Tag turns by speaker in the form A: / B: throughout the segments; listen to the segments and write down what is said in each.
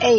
A: e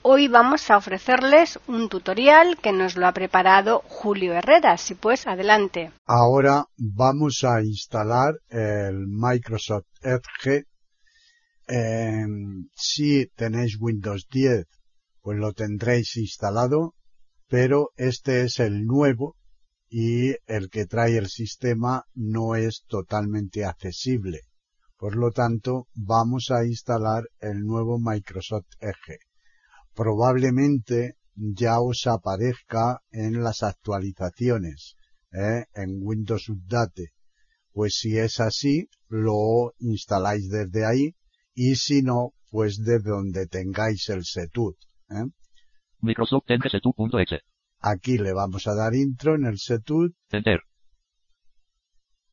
A: Hoy vamos a ofrecerles un tutorial que nos lo ha preparado Julio Herrera. Si pues, adelante.
B: Ahora vamos a instalar el Microsoft Edge. Eh, si tenéis Windows 10, pues lo tendréis instalado, pero este es el nuevo y el que trae el sistema no es totalmente accesible. Por lo tanto, vamos a instalar el nuevo Microsoft Edge. Probablemente ya os aparezca en las actualizaciones, ¿eh? en Windows Update. Pues si es así, lo instaláis desde ahí y si no, pues desde donde tengáis el setud. ¿eh?
C: Microsoft Edge setup.exe.
B: Aquí le vamos a dar intro en el setud.
C: Enter.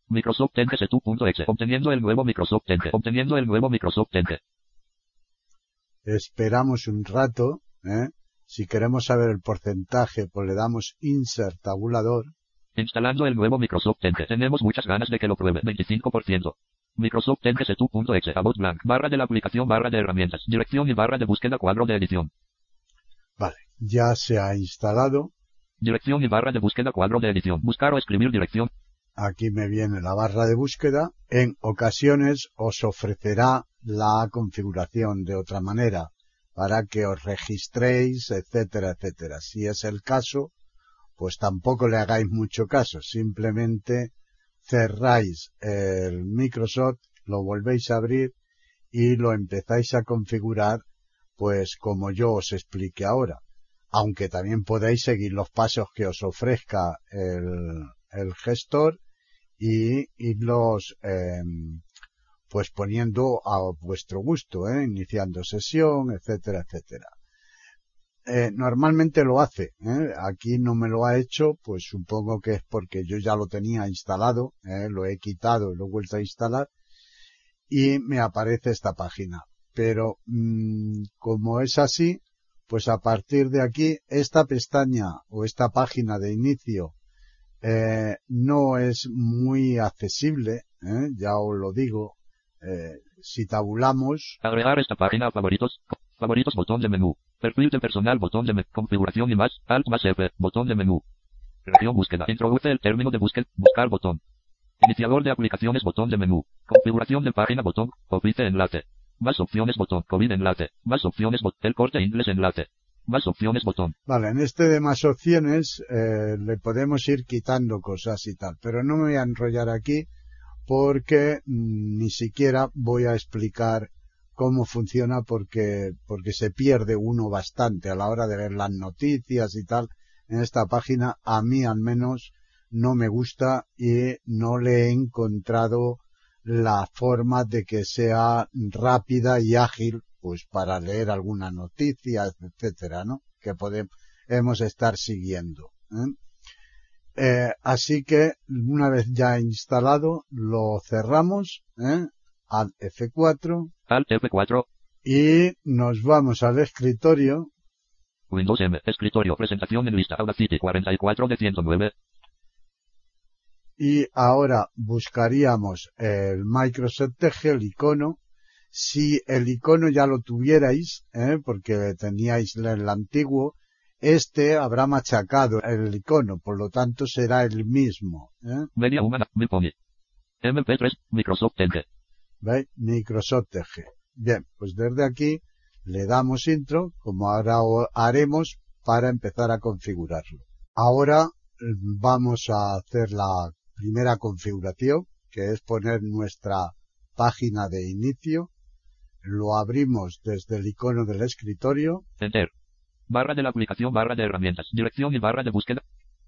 C: Microsoft Edge setup.exe. Obteniendo el nuevo Microsoft Edge. Obteniendo el nuevo Microsoft Edge.
B: Esperamos un rato. ¿eh? Si queremos saber el porcentaje, pues le damos insert tabulador.
C: Instalando el nuevo Microsoft Edge. Tenemos muchas ganas de que lo pruebe. 25%. Microsoft Edge setup.exe. About blank. Barra de la aplicación. Barra de herramientas. Dirección y barra de búsqueda. Cuadro de edición.
B: Vale. Ya se ha instalado.
C: Dirección y barra de búsqueda cuadro de edición. Buscar o escribir dirección.
B: Aquí me viene la barra de búsqueda. En ocasiones os ofrecerá la configuración de otra manera para que os registréis, etcétera, etcétera. Si es el caso, pues tampoco le hagáis mucho caso. Simplemente cerráis el Microsoft, lo volvéis a abrir y lo empezáis a configurar pues como yo os explique ahora aunque también podéis seguir los pasos que os ofrezca el, el gestor y irlos eh, pues poniendo a vuestro gusto, ¿eh? iniciando sesión, etcétera, etcétera. Eh, normalmente lo hace, ¿eh? aquí no me lo ha hecho, pues supongo que es porque yo ya lo tenía instalado, ¿eh? lo he quitado y lo he vuelto a instalar y me aparece esta página. Pero mmm, como es así, pues a partir de aquí esta pestaña o esta página de inicio eh, no es muy accesible, ¿eh? ya os lo digo, eh, si tabulamos.
C: Agregar esta página a favoritos, favoritos botón de menú, perfil de personal botón de menú, configuración y más, alt más F, botón de menú, región búsqueda, introduce el término de búsqueda, buscar botón, iniciador de aplicaciones botón de menú, configuración de página botón, office enlace, más opciones botón. COVID enlace. Más opciones botón. El corte inglés enlace. Más opciones botón.
B: Vale, en este de más opciones eh, le podemos ir quitando cosas y tal. Pero no me voy a enrollar aquí porque mmm, ni siquiera voy a explicar cómo funciona porque, porque se pierde uno bastante a la hora de ver las noticias y tal. En esta página a mí al menos no me gusta y no le he encontrado la forma de que sea rápida y ágil, pues para leer alguna noticia, etcétera, ¿no? Que podemos estar siguiendo. ¿eh? Eh, así que una vez ya instalado, lo cerramos, ¿eh? al F4.
C: Al F4.
B: Y nos vamos al escritorio.
C: Windows M, escritorio, presentación en lista, Audacity 44 de 109
B: y ahora buscaríamos el Microsoft Edge, el icono. Si el icono ya lo tuvierais, ¿eh? porque teníais el antiguo, este habrá machacado el icono, por lo tanto será el mismo. ¿eh?
C: Media humana, me pone. MP3, Microsoft Edge.
B: ¿Veis? Microsoft Edge. Bien, pues desde aquí le damos intro, como ahora haremos, para empezar a configurarlo. Ahora mm, vamos a hacer la primera configuración, que es poner nuestra página de inicio. Lo abrimos desde el icono del escritorio.
C: Enter. Barra de la aplicación, barra de herramientas, dirección y barra de búsqueda.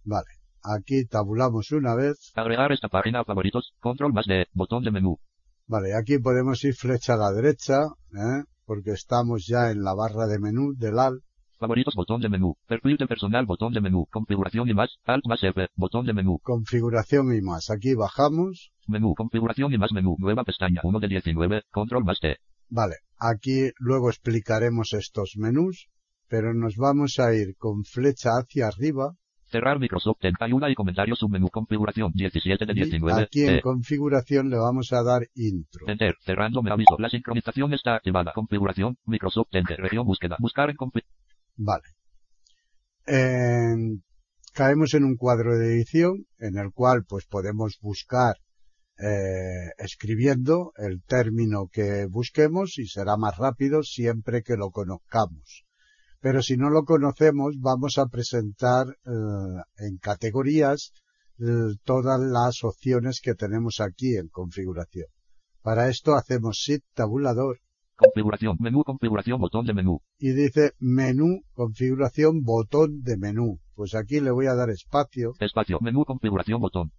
B: Vale. Aquí tabulamos una vez.
C: Agregar esta página a favoritos, control más de botón de menú.
B: Vale, aquí podemos ir flecha a la derecha, ¿eh? porque estamos ya en la barra de menú del AL
C: Favoritos, botón de menú. Perfil de personal, botón de menú. Configuración y más. Alt más F, botón de menú.
B: configuración y más. Aquí bajamos.
C: Menú, configuración y más menú. Nueva pestaña, 1 de 19. Control más T.
B: Vale, aquí luego explicaremos estos menús, pero nos vamos a ir con flecha hacia arriba
C: Cerrar Microsoft en ayuda y comentarios, submenú. Configuración, 17 de
B: y
C: 19.
B: aquí en
C: T.
B: configuración le vamos a dar intro.
C: Enter, cerrando me aviso. La sincronización está activada. Configuración, Microsoft Enter, región búsqueda. Buscar en config.
B: Vale. En- caemos en un cuadro de edición en el cual pues podemos buscar eh, escribiendo el término que busquemos y será más rápido siempre que lo conozcamos. Pero si no lo conocemos, vamos a presentar eh, en categorías eh, todas las opciones que tenemos aquí en configuración. Para esto hacemos Shift tabulador
C: Configuración, menú, configuración, botón de menú.
B: y dice menú, configuración, botón de menú. Pues aquí le voy a dar espacio
C: Espacio, menú, configuración, botón.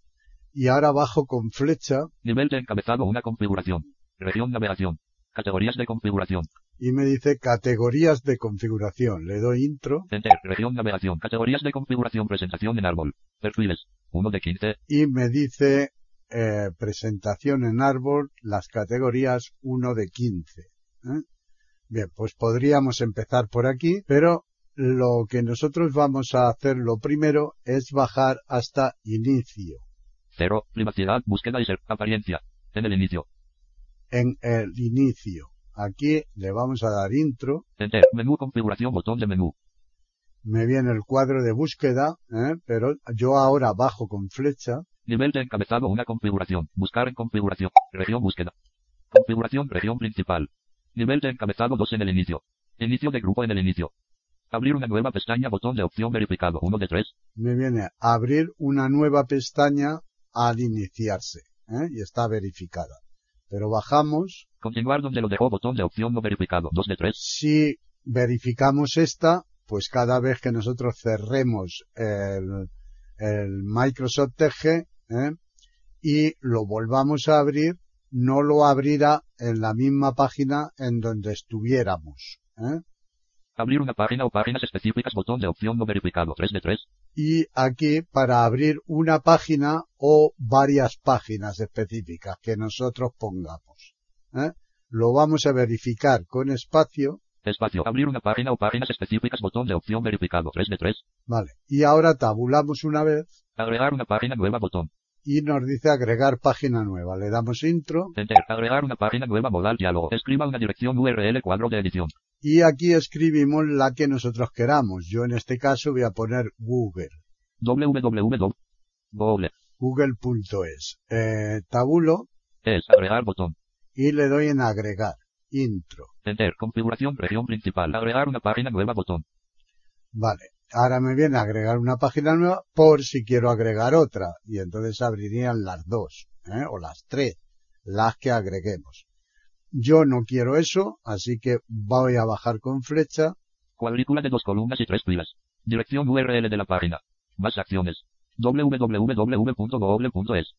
B: y ahora bajo con flecha
C: Nivel de encabezado, una configuración. Región navegación. Categorías de configuración.
B: y me dice categorías de configuración. Le doy intro
C: Enter, región navegación. Categorías de configuración, presentación en árbol. Perfiles, 1 de 15.
B: y me dice eh, presentación en árbol, las categorías 1 de 15. ¿eh? Bien, pues podríamos empezar por aquí, pero lo que nosotros vamos a hacer lo primero es bajar hasta inicio.
C: 0, privacidad, búsqueda y ser, apariencia. En el inicio.
B: En el inicio. Aquí le vamos a dar intro
C: Enter, menú, configuración, botón de menú.
B: me viene el cuadro de búsqueda, ¿eh? pero yo ahora bajo con flecha
C: Nivel de encabezado, una configuración. Buscar en configuración. Región búsqueda. Configuración, región principal. Nivel de encabezado 2 en el inicio. Inicio de grupo en el inicio. Abrir una nueva pestaña, botón de opción verificado, 1 de 3.
B: me viene a abrir una nueva pestaña al iniciarse ¿eh? y está verificada. Pero bajamos,
C: Continuar donde lo dejó, botón de opción no verificado, 2 de 3.
B: si verificamos esta, pues cada vez que nosotros cerremos el, el Microsoft Edge ¿eh? y lo volvamos a abrir, no lo abrirá en la misma página en donde estuviéramos. ¿eh?
C: Abrir una página o páginas específicas, botón de opción no verificado, 3 de 3.
B: y aquí para abrir una página o varias páginas específicas que nosotros pongamos. ¿eh? Lo vamos a verificar con espacio,
C: Espacio, abrir una página o páginas específicas, botón de opción verificado, 3 de 3.
B: vale, y ahora tabulamos una vez
C: Agregar una página nueva, botón.
B: y nos dice agregar página nueva. Le damos intro
C: Enter, agregar una página nueva, modal diálogo. Escriba una dirección URL, cuadro de edición.
B: y aquí escribimos la que nosotros queramos. Yo en este caso voy a poner Google,
C: www. Google.
B: google.es. Eh, tabulo
C: Es agregar botón.
B: y le doy en agregar, intro.
C: Enter. Configuración región principal. Agregar una página nueva botón.
B: Vale. Ahora me viene a agregar una página nueva por si quiero agregar otra. Y entonces abrirían las dos, ¿eh? o las tres, las que agreguemos. Yo no quiero eso, así que voy a bajar con flecha
C: Cuadrícula de dos columnas y tres filas. Dirección URL de la página. Más acciones. www.google.es.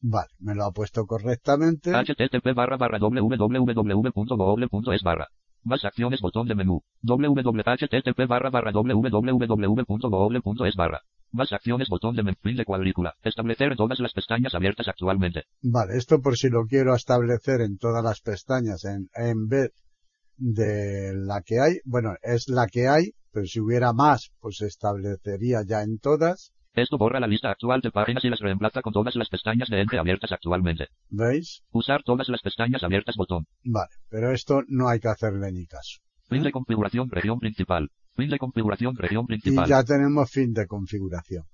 B: Vale, me lo ha puesto correctamente.
C: http barra barra www.google.es barra. Más acciones botón de menú. www.http barra barra www.google.es barra. Más acciones botón de menú. Fin de cuadrícula. Establecer todas las pestañas abiertas actualmente.
B: Vale, esto por si lo quiero establecer en todas las pestañas en, en vez de la que hay. Bueno, es la que hay, pero si hubiera más, pues se establecería ya en todas.
C: Esto borra la lista actual de páginas y las reemplaza con todas las pestañas de Edge abiertas actualmente.
B: ¿Veis?
C: Usar todas las pestañas abiertas botón.
B: Vale, pero esto no hay que hacerle ni caso.
C: Fin de configuración región principal. Fin de configuración región
B: y
C: principal.
B: ya tenemos fin de configuración.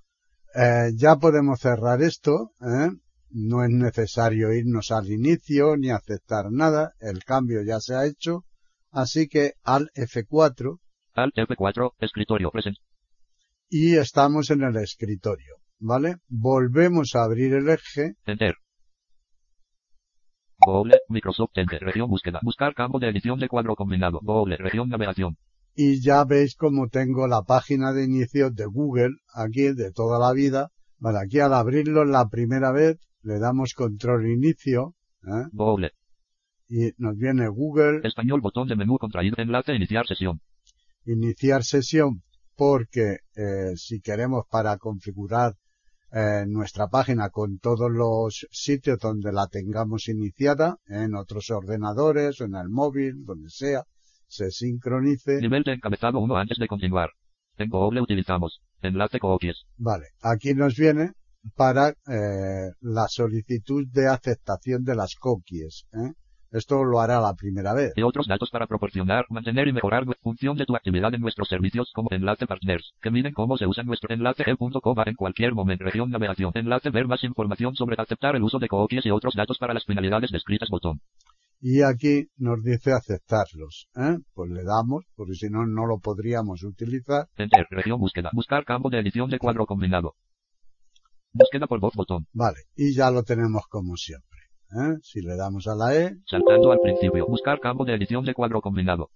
B: Eh, ya podemos cerrar esto, ¿eh? no es necesario irnos al inicio ni aceptar nada, el cambio ya se ha hecho, así que al F4
C: Alt F4, escritorio present.
B: y estamos en el escritorio, ¿vale? Volvemos a abrir el eje,
C: Enter. Google, Microsoft Enter, región búsqueda. Buscar campo de edición de cuadro combinado. Google, región navegación.
B: y ya veis cómo tengo la página de inicio de Google aquí de toda la vida. Vale, aquí al abrirlo la primera vez le damos control inicio, ¿eh?
C: Google.
B: y nos viene Google,
C: Español, botón de menú contraído, enlace, iniciar sesión.
B: iniciar sesión, porque eh, si queremos para configurar eh, nuestra página con todos los sitios donde la tengamos iniciada, en otros ordenadores, en el móvil, donde sea, se sincronice.
C: Nivel de encabezado 1 antes de continuar. En Google utilizamos. Enlace cookies.
B: Vale, aquí nos viene para eh, la solicitud de aceptación de las cookies. ¿eh? Esto lo hará la primera vez.
C: Y otros datos para proporcionar, mantener y mejorar la función de tu actividad en nuestros servicios como enlace partners, que miren cómo se usa nuestro enlace g.com en cualquier momento, región, navegación, enlace, ver más información sobre aceptar el uso de cookies y otros datos para las finalidades descritas, botón.
B: Y aquí nos dice aceptarlos. ¿eh? Pues le damos, porque si no, no lo podríamos utilizar.
C: Enter, región, búsqueda, buscar campo de edición de cuadro combinado. Búsqueda por voz, botón.
B: Vale, y ya lo tenemos como siempre. ¿eh? Si le damos a la E,
C: Saltando al principio, buscar campo de edición de cuadro combinado.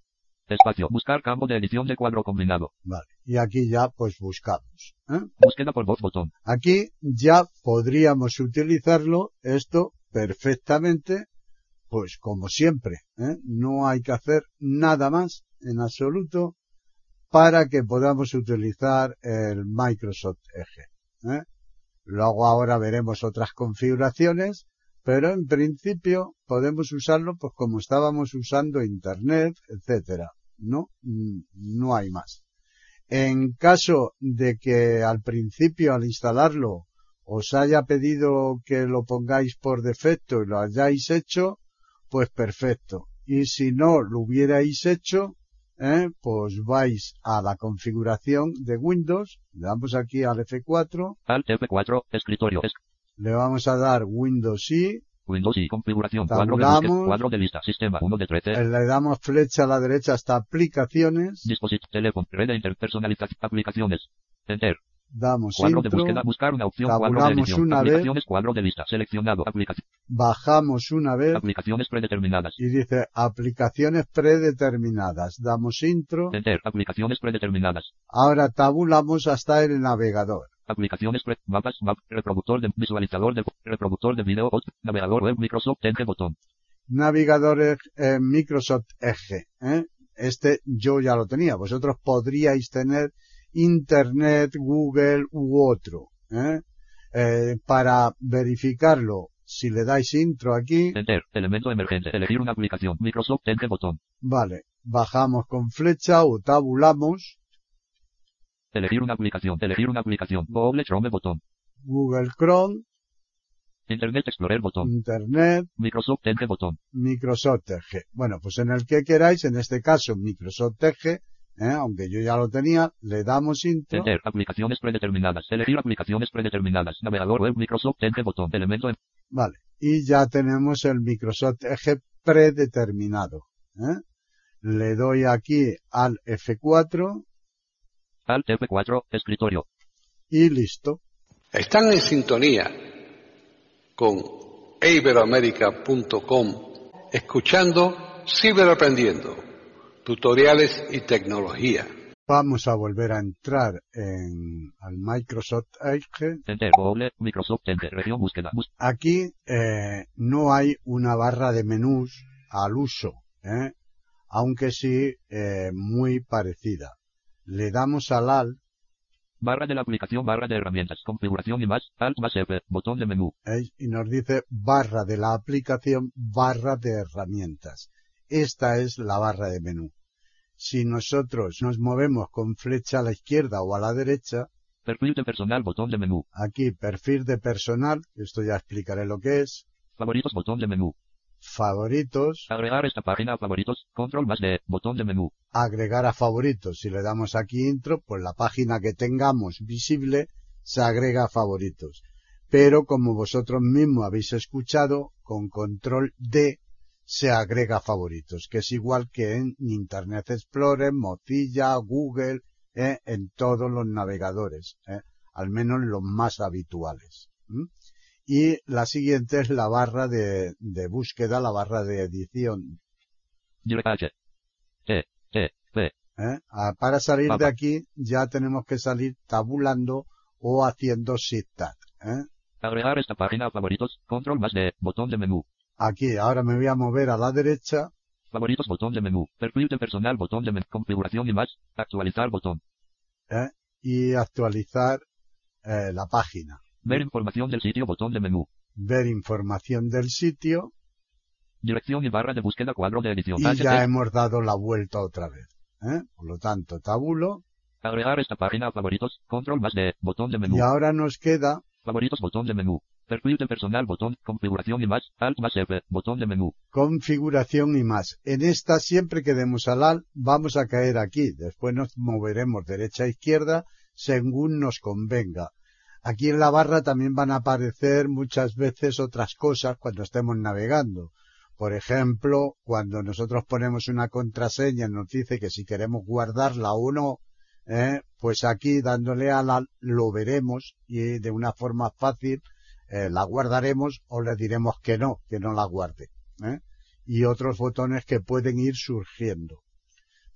C: Espacio, buscar campo de edición de cuadro combinado.
B: vale, y aquí ya pues buscamos. ¿eh?
C: Búsqueda por voz, botón.
B: Aquí ya podríamos utilizarlo esto perfectamente, pues como siempre. ¿eh? No hay que hacer nada más en absoluto para que podamos utilizar el Microsoft Edge. ¿eh? Luego ahora veremos otras configuraciones, pero en principio podemos usarlo pues como estábamos usando Internet, etcétera. No, Mm, no hay más. En caso de que al principio al instalarlo os haya pedido que lo pongáis por defecto y lo hayáis hecho, pues perfecto. Y si no lo hubierais hecho, ¿eh? pues vais a la configuración de Windows, le damos aquí al F4,
C: Alt F4, escritorio, es-
B: le vamos a dar Windows y
C: Windows y configuración, cuadro de,
B: Tabulamos.
C: búsqueda, cuadro de lista, sistema 1 de 13,
B: le damos flecha a la derecha hasta aplicaciones,
C: dispositivo, teléfono, red de interpersonalización, aplicaciones. Enter,
B: damos
C: cuadro de
B: intro,
C: búsqueda, buscar una opción, cuadro de
B: Tabulamos
C: edición,
B: una vez.
C: aplicaciones, cuadro de lista, seleccionado, aplicación,
B: bajamos una vez
C: aplicaciones predeterminadas.
B: y dice aplicaciones predeterminadas, damos intro,
C: Enter, aplicaciones predeterminadas.
B: Ahora tabulamos hasta el navegador.
C: Aplicaciones pre mapas map reproductor de visualizador de reproductor de video ot- navegador web Microsoft Edge botón
B: Navegador eh, eh, Microsoft Edge. ¿eh? Este yo ya lo tenía. Vosotros podríais tener Internet, Google u otro. ¿eh? Eh, para verificarlo, si le dais intro aquí,
C: enter elemento emergente elegir una aplicación Microsoft Edge botón
B: vale, bajamos con flecha o tabulamos
C: elegir una aplicación elegir una aplicación Google Chrome botón
B: Google Chrome,
C: Internet Explorer botón
B: Internet,
C: Microsoft Edge botón
B: Microsoft Edge. Bueno, pues en el que queráis, en este caso Microsoft Edge, ¿eh? aunque yo ya lo tenía, le damos intro.
C: enter aplicaciones predeterminadas elegir aplicaciones predeterminadas navegador web Microsoft Edge botón elemento em-
B: Vale. Y ya tenemos el Microsoft Edge predeterminado. ¿eh? Le doy aquí al F4
C: Alt F4 escritorio
B: y listo.
D: Están en sintonía con iberoamerica.com escuchando Ciberaprendiendo, tutoriales y tecnología.
B: Vamos a volver a entrar en al Microsoft Edge.
C: enter Google Microsoft Edge región búsqueda bus-
B: Aquí eh, no hay una barra de menús al uso, ¿eh? aunque sí eh, muy parecida. Le damos al AL,
C: barra de la aplicación barra de herramientas configuración y más Alt más F botón de menú
B: ¿eh? y nos dice barra de la aplicación, barra de herramientas. Esta es la barra de menú. Si nosotros nos movemos con flecha a la izquierda o a la derecha,
C: perfil de personal botón de menú
B: aquí perfil de personal, esto ya explicaré lo que es,
C: Favoritos botón de menú.
B: favoritos,
C: Agregar esta página a favoritos. Control más D. Botón de menú.
B: agregar a favoritos. Si le damos aquí intro, pues la página que tengamos visible se agrega a favoritos. Pero como vosotros mismos habéis escuchado, con control D se agrega a favoritos, que es igual que en Internet Explorer, Mozilla, Google, eh, en todos los navegadores, eh, al menos los más habituales. ¿m? Y la siguiente es la barra de- de búsqueda, la barra de edición
C: Direct H. E. E. P.
B: ¿eh? Ah, Para salir
C: Vamos.
B: de aquí ya tenemos que salir tabulando o haciendo sit ¿eh?
C: Agregar esta página a favoritos. Control más D. Botón de menú.
B: Aquí, ahora me voy a mover a la derecha.
C: Favoritos, botón de menú. Perfil de personal, botón de menú. Configuración y más. Actualizar, botón.
B: ¿eh? Y actualizar eh, la página.
C: Ver información del sitio, botón de menú.
B: Ver información del sitio.
C: Dirección y barra de búsqueda, cuadro de edición.
B: Y
C: H,
B: ya em-
C: T.
B: hemos dado la vuelta otra vez. ¿eh? Por lo tanto, tabulo.
C: Agregar esta página a favoritos. Control más de botón de menú.
B: Y ahora nos queda
C: Favoritos, botón de menú. Perfil de personal, botón. Configuración y más. Alt más F, botón de menú.
B: configuración y más. En esta, siempre que demos al al, vamos a caer aquí. Después nos moveremos derecha a izquierda según nos convenga. Aquí en la barra también van a aparecer muchas veces otras cosas cuando estemos navegando. Por ejemplo, cuando nosotros ponemos una contraseña nos dice que si queremos guardarla o no, ¿eh? pues aquí dándole al al lo veremos y de una forma fácil eh, la guardaremos o le diremos que no, que no la guarde. ¿eh? y otros botones que pueden ir surgiendo.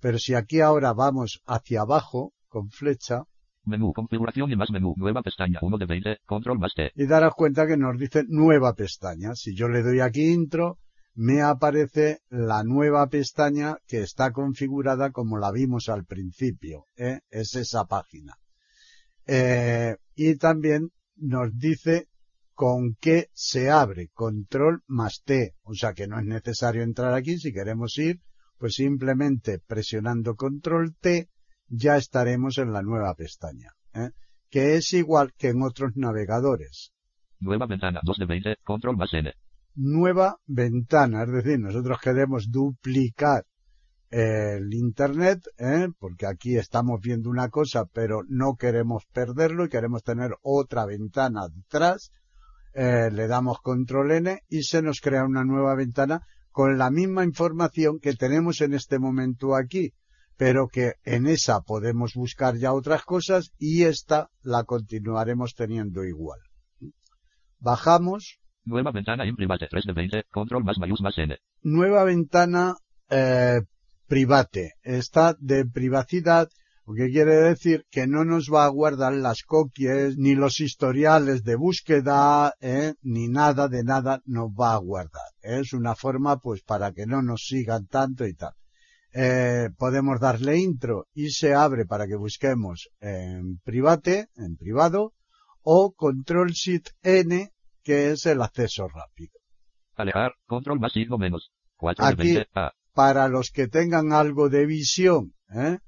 B: Pero si aquí ahora vamos hacia abajo con flecha
C: Menú, configuración y más menú. Nueva pestaña, 1 de 20. Control más T.
B: y daros cuenta que nos dice nueva pestaña. Si yo le doy aquí intro, me aparece la nueva pestaña que está configurada como la vimos al principio. ¿eh? Es esa página. Eh, y también nos dice con qué se abre, control más T. O sea que no es necesario entrar aquí si queremos ir, pues simplemente presionando control T ya estaremos en la nueva pestaña, ¿eh? que es igual que en otros navegadores.
C: Nueva ventana, 2 de 20. Control más N.
B: Nueva ventana, es decir, nosotros queremos duplicar el Internet, ¿eh? porque aquí estamos viendo una cosa, pero no queremos perderlo y queremos tener otra ventana detrás. Eh, le damos control N y se nos crea una nueva ventana con la misma información que tenemos en este momento aquí, pero que en esa podemos buscar ya otras cosas y esta la continuaremos teniendo igual. Bajamos,
C: Nueva ventana, in private, 3 de 20. Control más mayús más N.
B: nueva ventana eh, private. Está de privacidad, lo que quiere decir que no nos va a guardar las copies, ni los historiales de búsqueda, eh, ni nada de nada nos va a guardar. Es una forma pues para que no nos sigan tanto y tal. Eh, podemos darle intro y se abre para que busquemos en private, en privado, o control shift N, que es el acceso rápido.
C: Alejar, control más signo menos. 4
B: Aquí.
C: de 20. A.
B: para los que tengan algo de visión, ¿eh?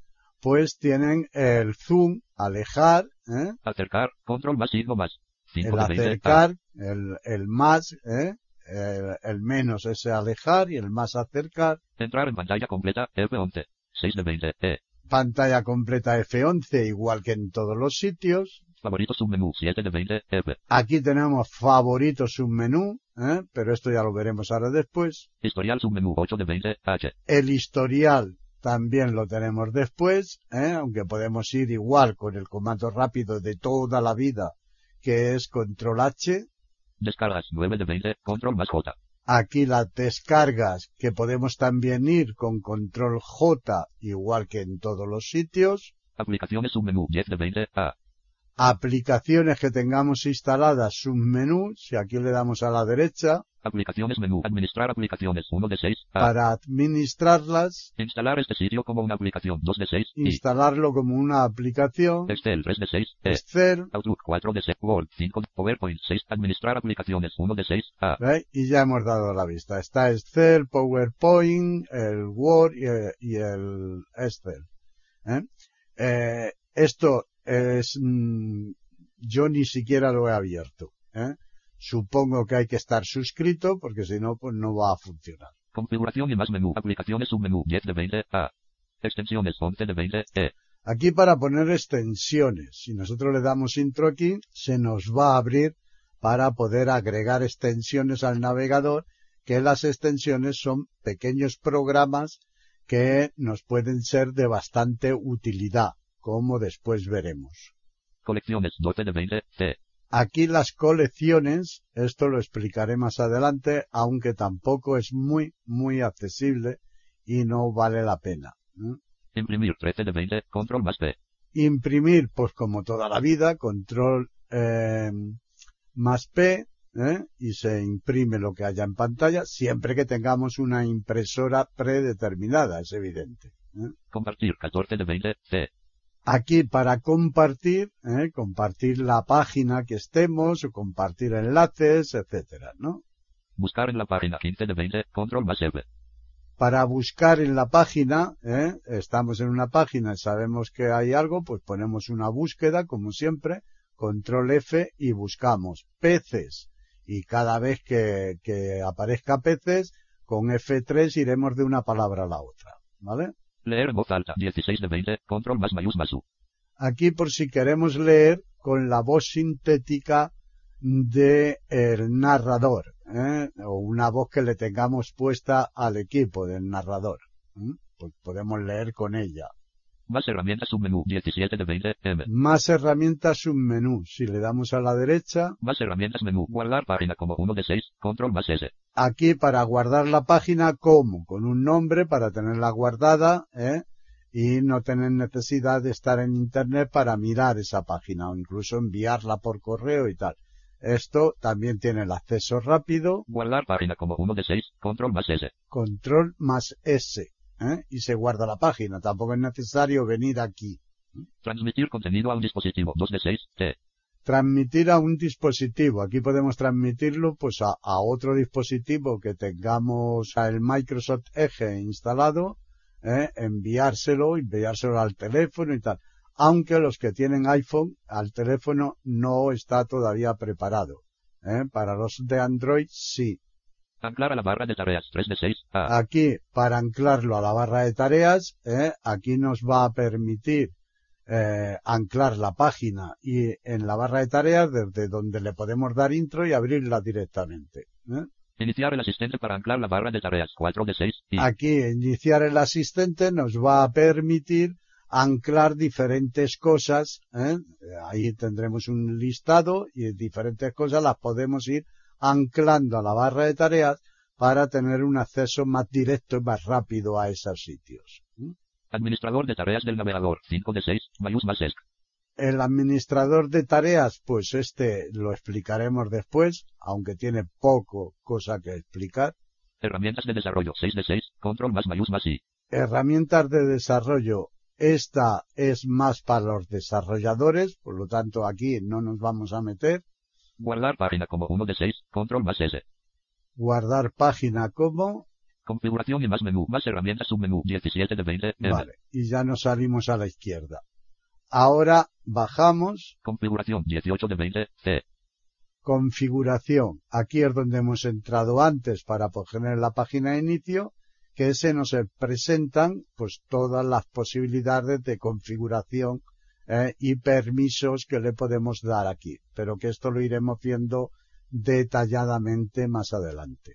B: pues tienen el zoom, alejar, ¿eh?
C: Acercar, control más signo más. 5
B: el
C: de 20. A.
B: acercar, el, el más, ¿eh? el, el menos ese alejar y el más acercar.
C: Entrar en pantalla completa, F11. 6 de 20. E.
B: Pantalla completa F11, igual que en todos los sitios.
C: Favoritos submenú, 7 de 20. F.
B: Aquí tenemos favoritos submenú, ¿eh? pero esto ya lo veremos ahora después.
C: Historial submenú, 8 de 20. H.
B: El historial también lo tenemos después, ¿eh? aunque podemos ir igual con el comando rápido de toda la vida, que es control H.
C: Descargas, 9 de 20. Control más J.
B: Aquí las descargas, que podemos también ir con control J, igual que en todos los sitios.
C: Aplicaciones submenú, 10 de 20. A.
B: Aplicaciones que tengamos instaladas, submenú, si aquí le damos a la derecha,
C: Aplicaciones menú, administrar aplicaciones, 1 de 6. A.
B: para administrarlas,
C: Instalar este sitio como una aplicación, 2 de 6. Y.
B: instalarlo como una aplicación,
C: Excel, 3 de 6. E.
B: Excel,
C: Outlook 4 de 6, Word 5, PowerPoint 6, administrar aplicaciones 1 de 6, A,
B: ¿Veis? Y ya hemos dado la vista. Está Excel, PowerPoint, el Word y el, y el Excel. ¿eh? Eh, esto es... mm, yo ni siquiera lo he abierto. ¿eh? Supongo que hay que estar suscrito porque si no, pues no va a funcionar.
C: configuración y más menú, aplicaciones submenú 10 de 20, A, extensiones 11 de 20, E,
B: Aquí para poner extensiones, si nosotros le damos intro aquí, se nos va a abrir para poder agregar extensiones al navegador, que las extensiones son pequeños programas que nos pueden ser de bastante utilidad, como después veremos.
C: colecciones 12 de 20, C,
B: Aquí las colecciones, esto lo explicaré más adelante, aunque tampoco es muy, muy accesible y no vale la pena. ¿eh?
C: imprimir 13 de 20, control más P,
B: imprimir, pues como toda la vida, control eh, más P, ¿eh? y se imprime lo que haya en pantalla siempre que tengamos una impresora predeterminada, es evidente. ¿eh?
C: Compartir 14 de 20. C.
B: Aquí para compartir, ¿eh? compartir la página que estemos o compartir enlaces, etcétera, ¿no?
C: Buscar en la página 15 de 20. Control más F.
B: Para buscar en la página, ¿eh? estamos en una página y sabemos que hay algo, pues ponemos una búsqueda, como siempre, control F y buscamos peces. Y cada vez que, que aparezca peces, con F3 iremos de una palabra a la otra, ¿vale?
C: Leer en voz alta. 16 de 20. Control más mayús más U.
B: Aquí por si queremos leer con la voz sintética de el narrador, ¿eh? o una voz que le tengamos puesta al equipo del narrador. ¿eh? Pues podemos leer con ella.
C: Más herramientas submenú. 17 de 20. M.
B: Más herramientas submenú. Si le damos a la derecha,
C: Más herramientas menú. Guardar página como 1 de 6. Control más S.
B: aquí para guardar la página como con un nombre para tenerla guardada ¿eh? y no tener necesidad de estar en internet para mirar esa página o incluso enviarla por correo y tal. Esto también tiene el acceso rápido,
C: Guardar página como 1 de 6. Control más S.
B: control más S ¿eh? y se guarda la página. Tampoco es necesario venir aquí.
C: Transmitir contenido a un dispositivo. 2 de 6. T.
B: Transmitir a un dispositivo. Aquí podemos transmitirlo pues a, a otro dispositivo que tengamos el Microsoft Edge instalado, ¿eh? enviárselo, enviárselo al teléfono y tal. Aunque los que tienen iPhone, al teléfono no está todavía preparado. ¿eh? Para los de Android sí.
C: Anclar a la barra de tareas. 3 de 6. A.
B: Aquí, para anclarlo a la barra de tareas, ¿eh? aquí nos va a permitir eh, anclar la página y en la barra de tareas desde donde le podemos dar intro y abrirla directamente. ¿eh?
C: Iniciar el asistente para anclar la barra de tareas. 4 de 6. Y.
B: Aquí, iniciar el asistente nos va a permitir anclar diferentes cosas. ¿eh? Ahí tendremos un listado y diferentes cosas las podemos ir anclando a la barra de tareas para tener un acceso más directo y más rápido a esos sitios. ¿eh?
C: Administrador de tareas del navegador. 5 de 6. Mayús más S.
B: El administrador de tareas, pues este lo explicaremos después, aunque tiene poco cosa que explicar.
C: Herramientas de desarrollo. 6 de 6. Control más mayús más I.
B: Herramientas de desarrollo. Esta es más para los desarrolladores, por lo tanto aquí no nos vamos a meter.
C: Guardar página como 1 de 6. Control más S.
B: Guardar página como.
C: Configuración y más menú. Más herramientas submenú. 17 de 20. M.
B: Vale. Y ya nos salimos a la izquierda. Ahora bajamos.
C: Configuración. 18 de 20. C.
B: Configuración. Aquí es donde hemos entrado antes para poner la página de inicio que se nos presentan pues todas las posibilidades de configuración eh, y permisos que le podemos dar aquí, pero que esto lo iremos viendo detalladamente más adelante.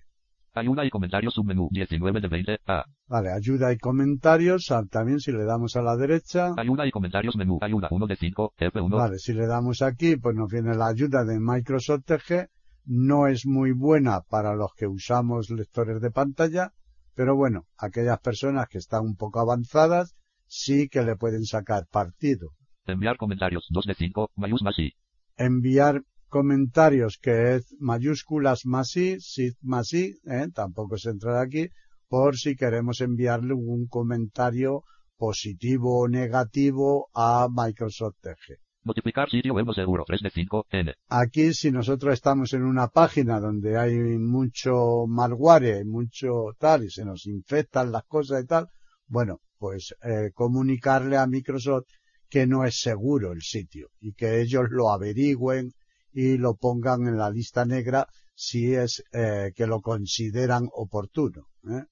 C: Ayuda y comentario submenú. 19 de 20. A.
B: Vale, ayuda y comentarios, ah, también si le damos a la derecha,
C: Ayuda y comentarios menú. Ayuda 1 de 5. F1.
B: Vale, si le damos aquí, pues nos viene la ayuda de Microsoft Edge. No es muy buena para los que usamos lectores de pantalla, pero bueno, aquellas personas que están un poco avanzadas sí que le pueden sacar partido.
C: Enviar comentarios. 2 de 5. Mayús más I.
B: Enviar comentarios que es mayúsculas más I, SID más I, ¿eh? tampoco se entrará aquí, por si queremos enviarle un comentario positivo o negativo a Microsoft Edge.
C: Notificar sitio web no seguro. 3 de 5. N.
B: Aquí, si nosotros estamos en una página donde hay mucho malware, mucho tal, y se nos infectan las cosas y tal, bueno, pues eh, comunicarle a Microsoft que no es seguro el sitio y que ellos lo averigüen y lo pongan en la lista negra si es eh, que lo consideran oportuno. ¿eh?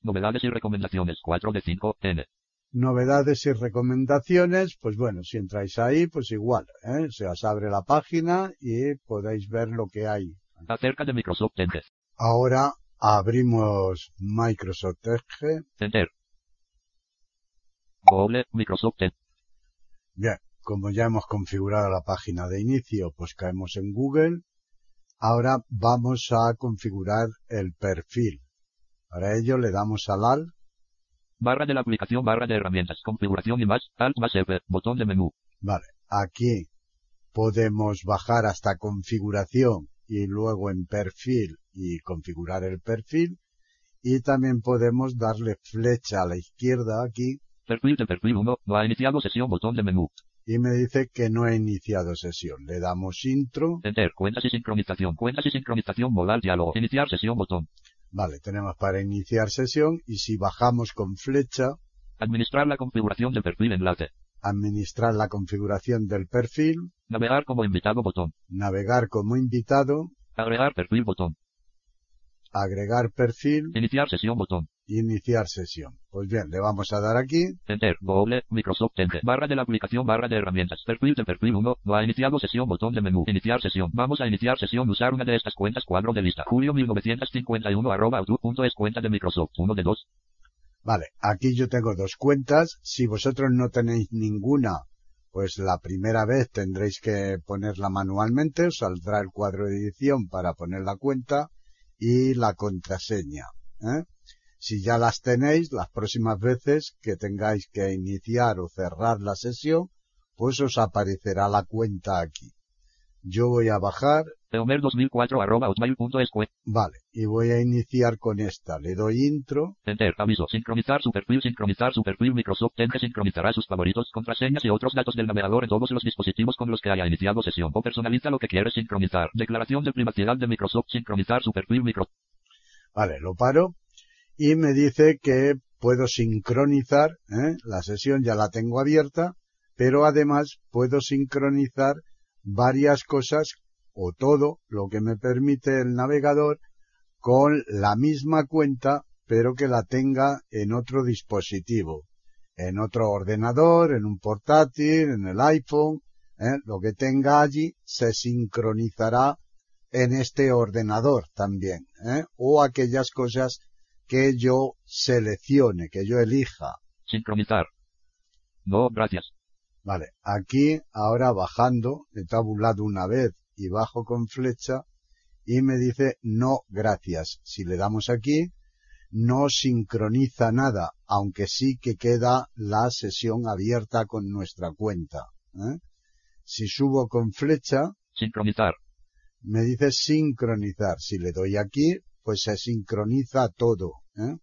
C: Novedades y recomendaciones. 4 de 5. N.
B: novedades y recomendaciones, pues bueno, si entráis ahí, pues igual, ¿eh? se os abre la página y podéis ver lo que hay.
C: Acerca de Microsoft Edge.
B: Ahora abrimos Microsoft Edge.
C: Enter. Google Microsoft Edge.
B: Bien, como ya hemos configurado la página de inicio, pues caemos en Google. Ahora vamos a configurar el perfil. Para ello le damos al AL,
C: Barra de la aplicación. Barra de herramientas. Configuración y más. Alt más F. Botón de menú.
B: Vale, aquí podemos bajar hasta configuración y luego en perfil y configurar el perfil. Y también podemos darle flecha a la izquierda aquí
C: Perfil de perfil 1. No ha iniciado sesión. Botón de menú.
B: y me dice que no he iniciado sesión. Le damos intro.
C: Enter. Cuentas y sincronización. Cuentas y sincronización. Modal diálogo. Iniciar sesión. Botón.
B: Vale, tenemos para iniciar sesión y si bajamos con flecha,
C: Administrar la configuración del perfil. Enlace.
B: administrar la configuración del perfil,
C: Navegar como invitado. Botón.
B: navegar como invitado,
C: Agregar perfil. Botón.
B: agregar perfil,
C: Iniciar sesión. Botón.
B: iniciar sesión. Pues bien, le vamos a dar aquí.
C: Enter. Google. Microsoft. Enter. Barra de la aplicación. Barra de herramientas. Perfil de perfil 1. No ha iniciado sesión. Botón de menú. Iniciar sesión. Vamos a iniciar sesión. Usar una de estas cuentas. Cuadro de lista. Julio 1951. Arroba outlook.es. Cuenta de Microsoft. 1 de 2.
B: Vale, aquí yo tengo dos cuentas. Si vosotros no tenéis ninguna, pues la primera vez tendréis que ponerla manualmente. Os saldrá el cuadro de edición para poner la cuenta y la contraseña. ¿eh? Si ya las tenéis, las próximas veces que tengáis que iniciar o cerrar la sesión, pues os aparecerá la cuenta aquí. Yo voy a bajar,
C: Teomer 2004. Arroba outmail.es. cuen-
B: vale, y voy a iniciar con esta. Le doy intro,
C: Enter, aviso, sincronizar su perfil, sincronizar su perfil, Microsoft Edge sincronizará sus favoritos, contraseñas y otros datos del navegador en todos los dispositivos con los que haya iniciado sesión o personaliza lo que quieres sincronizar. Declaración de privacidad de Microsoft, sincronizar su perfil, micro...
B: Vale, lo paro y me dice que puedo sincronizar, ¿eh? la sesión ya la tengo abierta, pero además puedo sincronizar varias cosas o todo lo que me permite el navegador con la misma cuenta, pero que la tenga en otro dispositivo, en otro ordenador, en un portátil, en el iPhone, ¿eh? lo que tenga allí se sincronizará en este ordenador también, ¿eh? o aquellas cosas que yo seleccione, que yo elija.
C: sincronizar. No, gracias.
B: Vale, aquí ahora bajando, he tabulado una vez y bajo con flecha y me dice no gracias. Si le damos aquí, no sincroniza nada, aunque sí que queda la sesión abierta con nuestra cuenta. ¿eh? Si subo con flecha,
C: Sincronizar.
B: me dice sincronizar. Si le doy aquí, pues se sincroniza todo. ¿eh?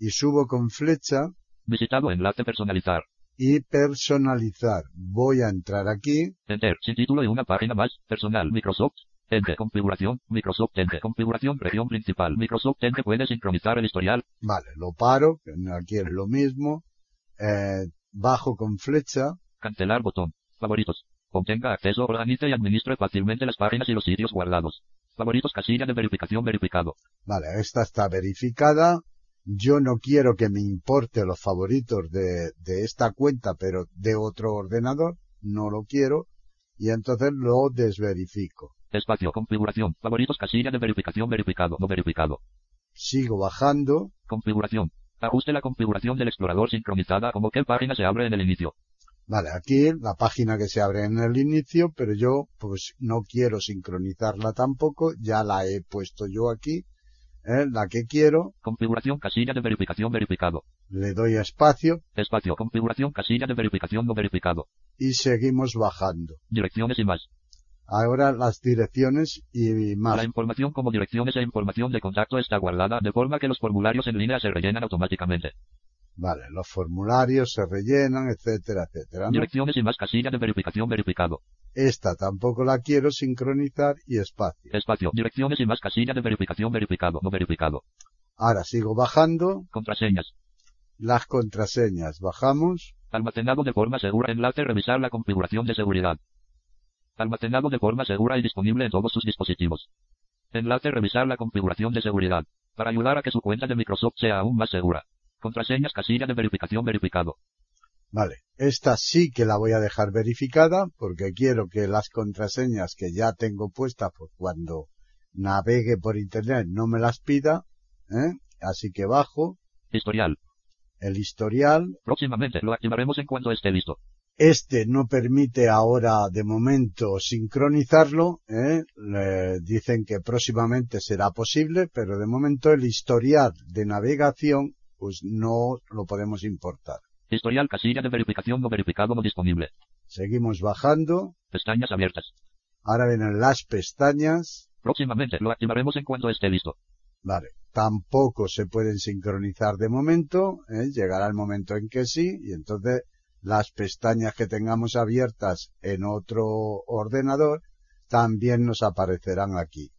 B: Y subo con flecha
C: Visitado enlace personalizar.
B: y personalizar. Voy a entrar aquí.
C: Enter, sin título y una página más, personal, Microsoft. Edge, configuración, Microsoft Edge, configuración, región principal, Microsoft Edge puede sincronizar el historial,
B: Vale, lo paro. que Aquí es lo mismo. Eh, bajo con flecha.
C: Cancelar botón. Favoritos. Obtenga acceso, organice y administre fácilmente las páginas y los sitios guardados. Favoritos casilla de verificación verificado.
B: Vale, esta está verificada. Yo no quiero que me importe los favoritos de, de esta cuenta, pero de otro ordenador. No lo quiero. Y entonces lo desverifico.
C: Espacio, configuración. Favoritos casilla de verificación verificado. No verificado.
B: Sigo bajando.
C: Configuración. Ajuste la configuración del explorador sincronizada como qué página se abre en el inicio.
B: Vale, aquí la página que se abre en el inicio, pero yo pues no quiero sincronizarla tampoco, ya la he puesto yo aquí, ¿eh? la que quiero,
C: Configuración casilla de verificación verificado.
B: le doy a espacio
C: Espacio, configuración casilla de verificación no verificado.
B: y seguimos bajando.
C: Direcciones y más.
B: Ahora las direcciones y
C: La
B: más.
C: información como direcciones e información de contacto está guardada de forma que los formularios en línea se rellenan automáticamente.
B: Vale, los formularios se rellenan, etcétera, etcétera. ¿no?
C: Direcciones y más casilla de verificación verificado.
B: Esta tampoco la quiero sincronizar y espacio.
C: Espacio, direcciones y más casilla de verificación verificado, no verificado.
B: Ahora sigo bajando,
C: Contraseñas.
B: las contraseñas, bajamos,
C: Almacenado de forma segura. Enlace revisar la configuración de seguridad. Almacenado de forma segura y disponible en todos sus dispositivos. Enlace revisar la configuración de seguridad. Para ayudar a que su cuenta de Microsoft sea aún más segura. Contraseñas casilla de verificación verificado.
B: Vale, esta sí que la voy a dejar verificada porque quiero que las contraseñas que ya tengo puestas por cuando navegue por internet no me las pida, ¿eh? así que bajo
C: Historial.
B: el historial.
C: Próximamente lo activaremos en cuanto esté listo.
B: Este no permite ahora de momento sincronizarlo, ¿eh? Le dicen que próximamente será posible, pero de momento el historial de navegación pues no lo podemos importar.
C: Historial casilla de verificación no verificado no disponible.
B: Seguimos bajando,
C: Pestañas abiertas.
B: ahora vienen las pestañas,
C: Próximamente lo activaremos en cuanto esté listo.
B: Vale. Tampoco se pueden sincronizar de momento. ¿eh? Llegará el momento en que sí. Y entonces las pestañas que tengamos abiertas en otro ordenador también nos aparecerán aquí.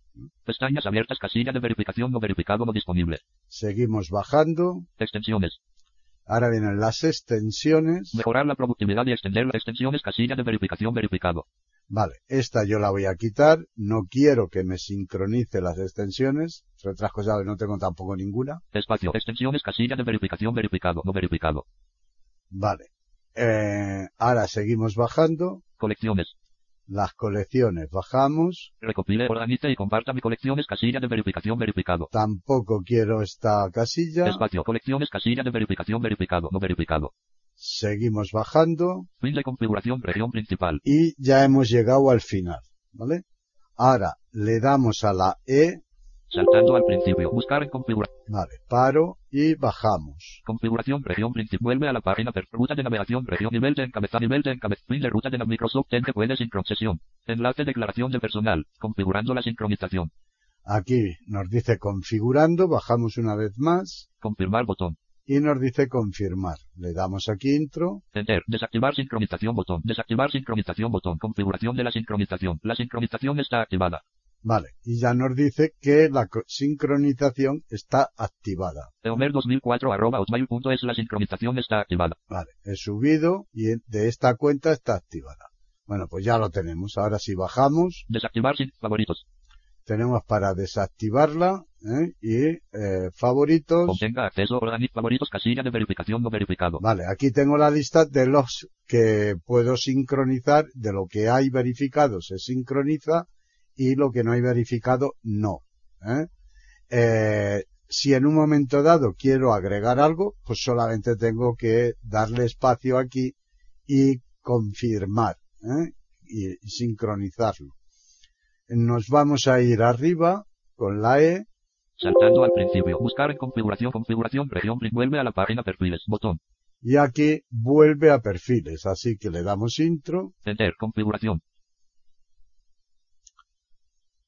C: Pestañas abiertas, casilla de verificación no verificado no disponible.
B: Seguimos bajando.
C: Extensiones.
B: Ahora vienen las extensiones.
C: Mejorar la productividad y extender las extensiones, casilla de verificación verificado.
B: Vale, esta yo la voy a quitar. No quiero que me sincronice las extensiones. Entre otras cosas, no tengo tampoco ninguna.
C: Espacio, extensiones, casilla de verificación verificado no verificado.
B: Vale. Eh, ahora seguimos bajando.
C: Colecciones.
B: Las colecciones bajamos.
C: Recopile, organice y comparta mi colecciones, casilla de verificación verificado.
B: Tampoco quiero esta casilla.
C: Espacio, colecciones, casilla de verificación verificado no verificado.
B: Seguimos bajando.
C: Fin de configuración, región principal.
B: y ya hemos llegado al final, ¿vale? Ahora le damos a la E,
C: Saltando al principio, buscar en configura
B: vale, paro y bajamos.
C: configuración, región principal. Vuelve a la página per ruta de navegación, región, nivel de encabezado, nivel de encabezado, fin de ruta de la Microsoft, en que puede sincron sesión. Enlace declaración de personal, configurando la sincronización.
B: Aquí nos dice configurando, bajamos una vez más
C: Confirmar botón.
B: y nos dice confirmar. Le damos aquí intro,
C: Enter. Desactivar sincronización botón. Desactivar sincronización botón. Configuración de la sincronización. La sincronización está activada.
B: vale, y ya nos dice que la co- sincronización está activada.
C: Eomer 2004 arroba hotmail.es La sincronización está activada.
B: Vale, he subido y de esta cuenta está activada. Bueno, pues ya lo tenemos. Ahora si bajamos,
C: Desactivar sin favoritos.
B: tenemos para desactivarla ¿eh? y eh, favoritos.
C: Obtenga acceso organiz favoritos casilla de verificación no verificado.
B: Vale, aquí tengo la lista de los que puedo sincronizar, de lo que hay verificado se sincroniza y lo que no hay verificado no. ¿eh? Eh, si en un momento dado quiero agregar algo, pues solamente tengo que darle espacio aquí y confirmar ¿eh? y, y sincronizarlo. Nos vamos a ir arriba con la E,
C: Saltando al principio. Buscar en configuración configuración región. pri- Vuelve a la página perfiles. Botón.
B: y aquí vuelve a perfiles, así que le damos intro.
C: Enter. Configuración.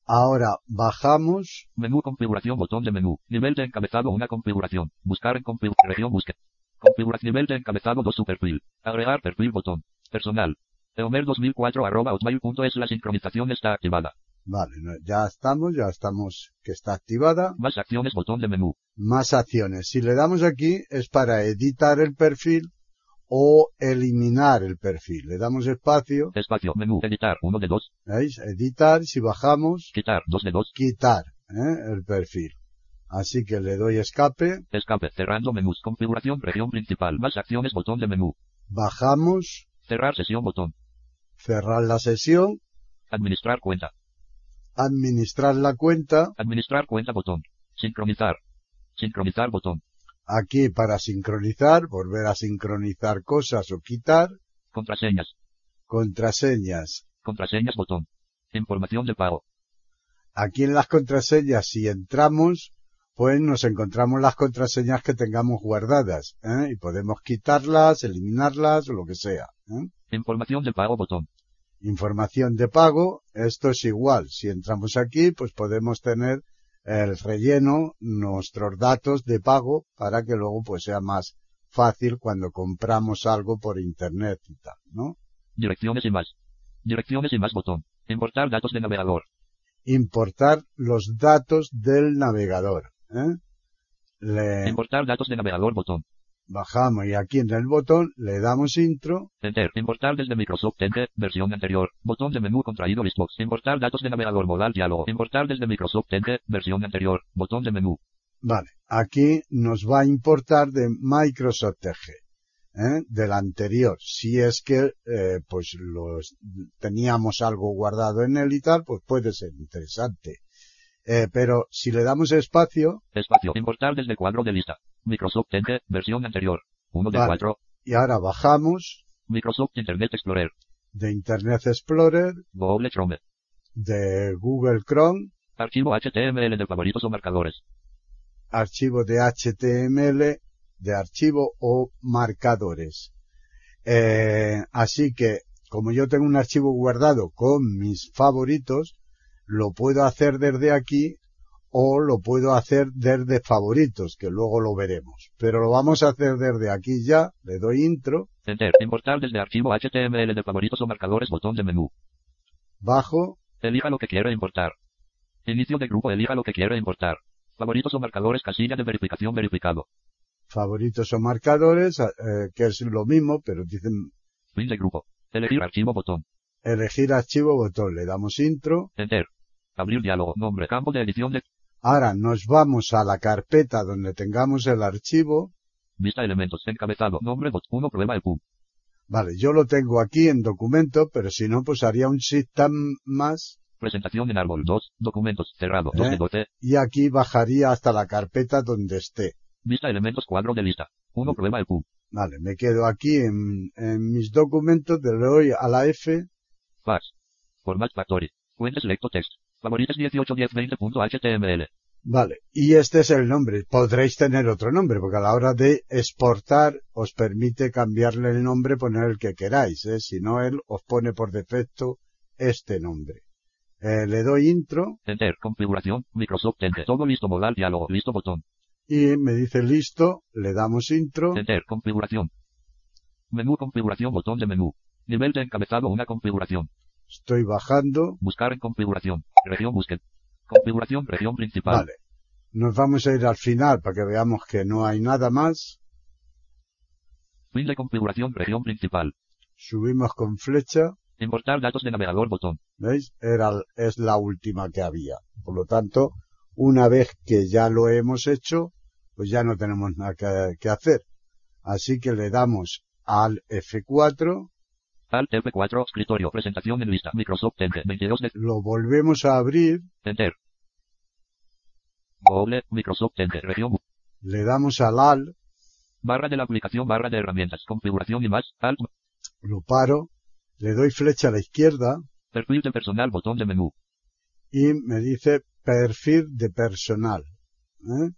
B: Ahora bajamos
C: Menú configuración. Botón de menú. Nivel de encabezado. Una configuración. Buscar en configuración. Región. Busque. Configurar nivel de encabezado. 2 su perfil. Agregar perfil. Botón. Personal. Eomer 2004 arroba hotmail.es La sincronización está activada.
B: Vale, no- ya estamos, ya estamos que está activada.
C: Más acciones. Botón de menú.
B: Más acciones. Si le damos aquí es para editar el perfil o eliminar el perfil. Le damos espacio,
C: Espacio. Menú. Editar. 1 de 2.
B: ¿veis? Editar, si bajamos,
C: Quitar. 2 de 2.
B: quitar ¿eh? el perfil. Así que le doy escape,
C: Escape. Cerrando menús. Configuración. Región principal. Más acciones. Botón de menú.
B: bajamos,
C: Cerrar sesión. Botón.
B: cerrar la sesión,
C: Administrar cuenta.
B: administrar la cuenta.
C: Administrar cuenta. Botón. Sincronizar. Sincronizar. Botón.
B: Aquí para sincronizar, volver a sincronizar cosas o quitar.
C: Contraseñas.
B: Contraseñas,
C: Contraseñas. Botón. Información de pago.
B: aquí en las contraseñas, si entramos, pues nos encontramos las contraseñas que tengamos guardadas, ¿eh? y podemos quitarlas, eliminarlas o lo que sea. ¿eh?
C: Información de pago. Botón.
B: Información de pago, esto es igual. Si entramos aquí, pues podemos tener el relleno, nuestros datos de pago, para que luego pues sea más fácil cuando compramos algo por internet y tal, ¿no?
C: Direcciones y más. Direcciones y más. Botón. Importar datos de navegador.
B: Importar los datos del navegador, ¿eh? Le-
C: Importar datos de navegador. Botón.
B: Bajamos y aquí en el botón le damos intro.
C: Enter. Importar desde Microsoft Edge. Versión anterior. Botón de menú contraído. Listbox. Importar datos de navegador. Modal diálogo. Importar desde Microsoft Edge. Versión anterior. Botón de menú.
B: Vale, aquí nos va a importar de Microsoft Edge, ¿eh? del anterior. Si es que eh, pues los, teníamos algo guardado en él y tal, pues puede ser interesante. Eh, pero si le damos espacio,
C: Espacio. Importar desde cuadro de lista. Microsoft Edge. Versión anterior. 1 de
B: Vale.
C: 4.
B: y ahora bajamos
C: Microsoft Internet Explorer.
B: de Internet Explorer,
C: Google Chrome.
B: de Google Chrome,
C: Archivo HTML de favoritos o marcadores.
B: archivo de HTML de archivo o marcadores. Eh, así que, como yo tengo un archivo guardado con mis favoritos, lo puedo hacer desde aquí o lo puedo hacer desde favoritos, que luego lo veremos. Pero lo vamos a hacer desde aquí ya. Le doy intro,
C: Enter. Importar desde archivo HTML de favoritos o marcadores. Botón de menú.
B: bajo,
C: Elija lo que quiere importar. Inicio de grupo. Elija lo que quiere importar. Favoritos o marcadores. Casilla de verificación verificado.
B: favoritos o marcadores, a- eh, que es lo mismo, pero dicen
C: Fin de grupo. Elegir archivo. Botón.
B: elegir archivo botón. Le damos intro.
C: Enter. Abrir diálogo. Nombre. Campo de edición de
B: Ahora nos vamos a la carpeta donde tengamos el archivo.
C: vista elementos. Encabezado. Nombre. Bot 1. Prueba el pub.
B: Vale, yo lo tengo aquí en documento, pero si no, pues haría un shift tab más
C: Presentación en árbol 2. Documentos. Cerrado.
B: ¿Eh?
C: 2 de 12.
B: y aquí bajaría hasta la carpeta donde esté.
C: Vista elementos. Cuadro de lista. 1. Prueba el pub.
B: Vale, me quedo aquí en, en mis documentos, le doy a la F,
C: Fax. Format Factory. Fuentes selecto text. Favoritos 181020.html.
B: Vale, y este es el nombre. Podréis tener otro nombre, porque a la hora de exportar os permite cambiarle el nombre, poner el que queráis. ¿eh? Si no, él os pone por defecto este nombre. Eh, le doy intro
C: Enter. Configuración. Microsoft Enter. Todo listo. Modal diálogo. Listo botón.
B: y me dice listo, le damos intro.
C: Enter. Configuración. Menú configuración. Botón de menú. Nivel de encabezado. Una configuración.
B: Estoy bajando.
C: Buscar en configuración. Región búsqueda. Configuración. Región principal.
B: Vale. Nos vamos a ir al final para que veamos que no hay nada más.
C: Fin de configuración. Región principal.
B: Subimos con flecha.
C: Importar datos de navegador. Botón.
B: ¿Veis? Era, es la última que había. Por lo tanto, una vez que ya lo hemos hecho, pues ya no tenemos nada que, que hacer. Así que le damos al F4,
C: Alt F4. Escritorio. Presentación en lista. Microsoft Enter. 22 de
B: lo volvemos a abrir,
C: Enter. Google. Microsoft Enter. Región. bu-
B: le damos al AL,
C: Barra de la aplicación. Barra de herramientas. Configuración y más. Alt.
B: lo paro, le doy flecha a la izquierda
C: Perfil de personal. Botón de menú.
B: y me dice perfil de personal. ¿eh?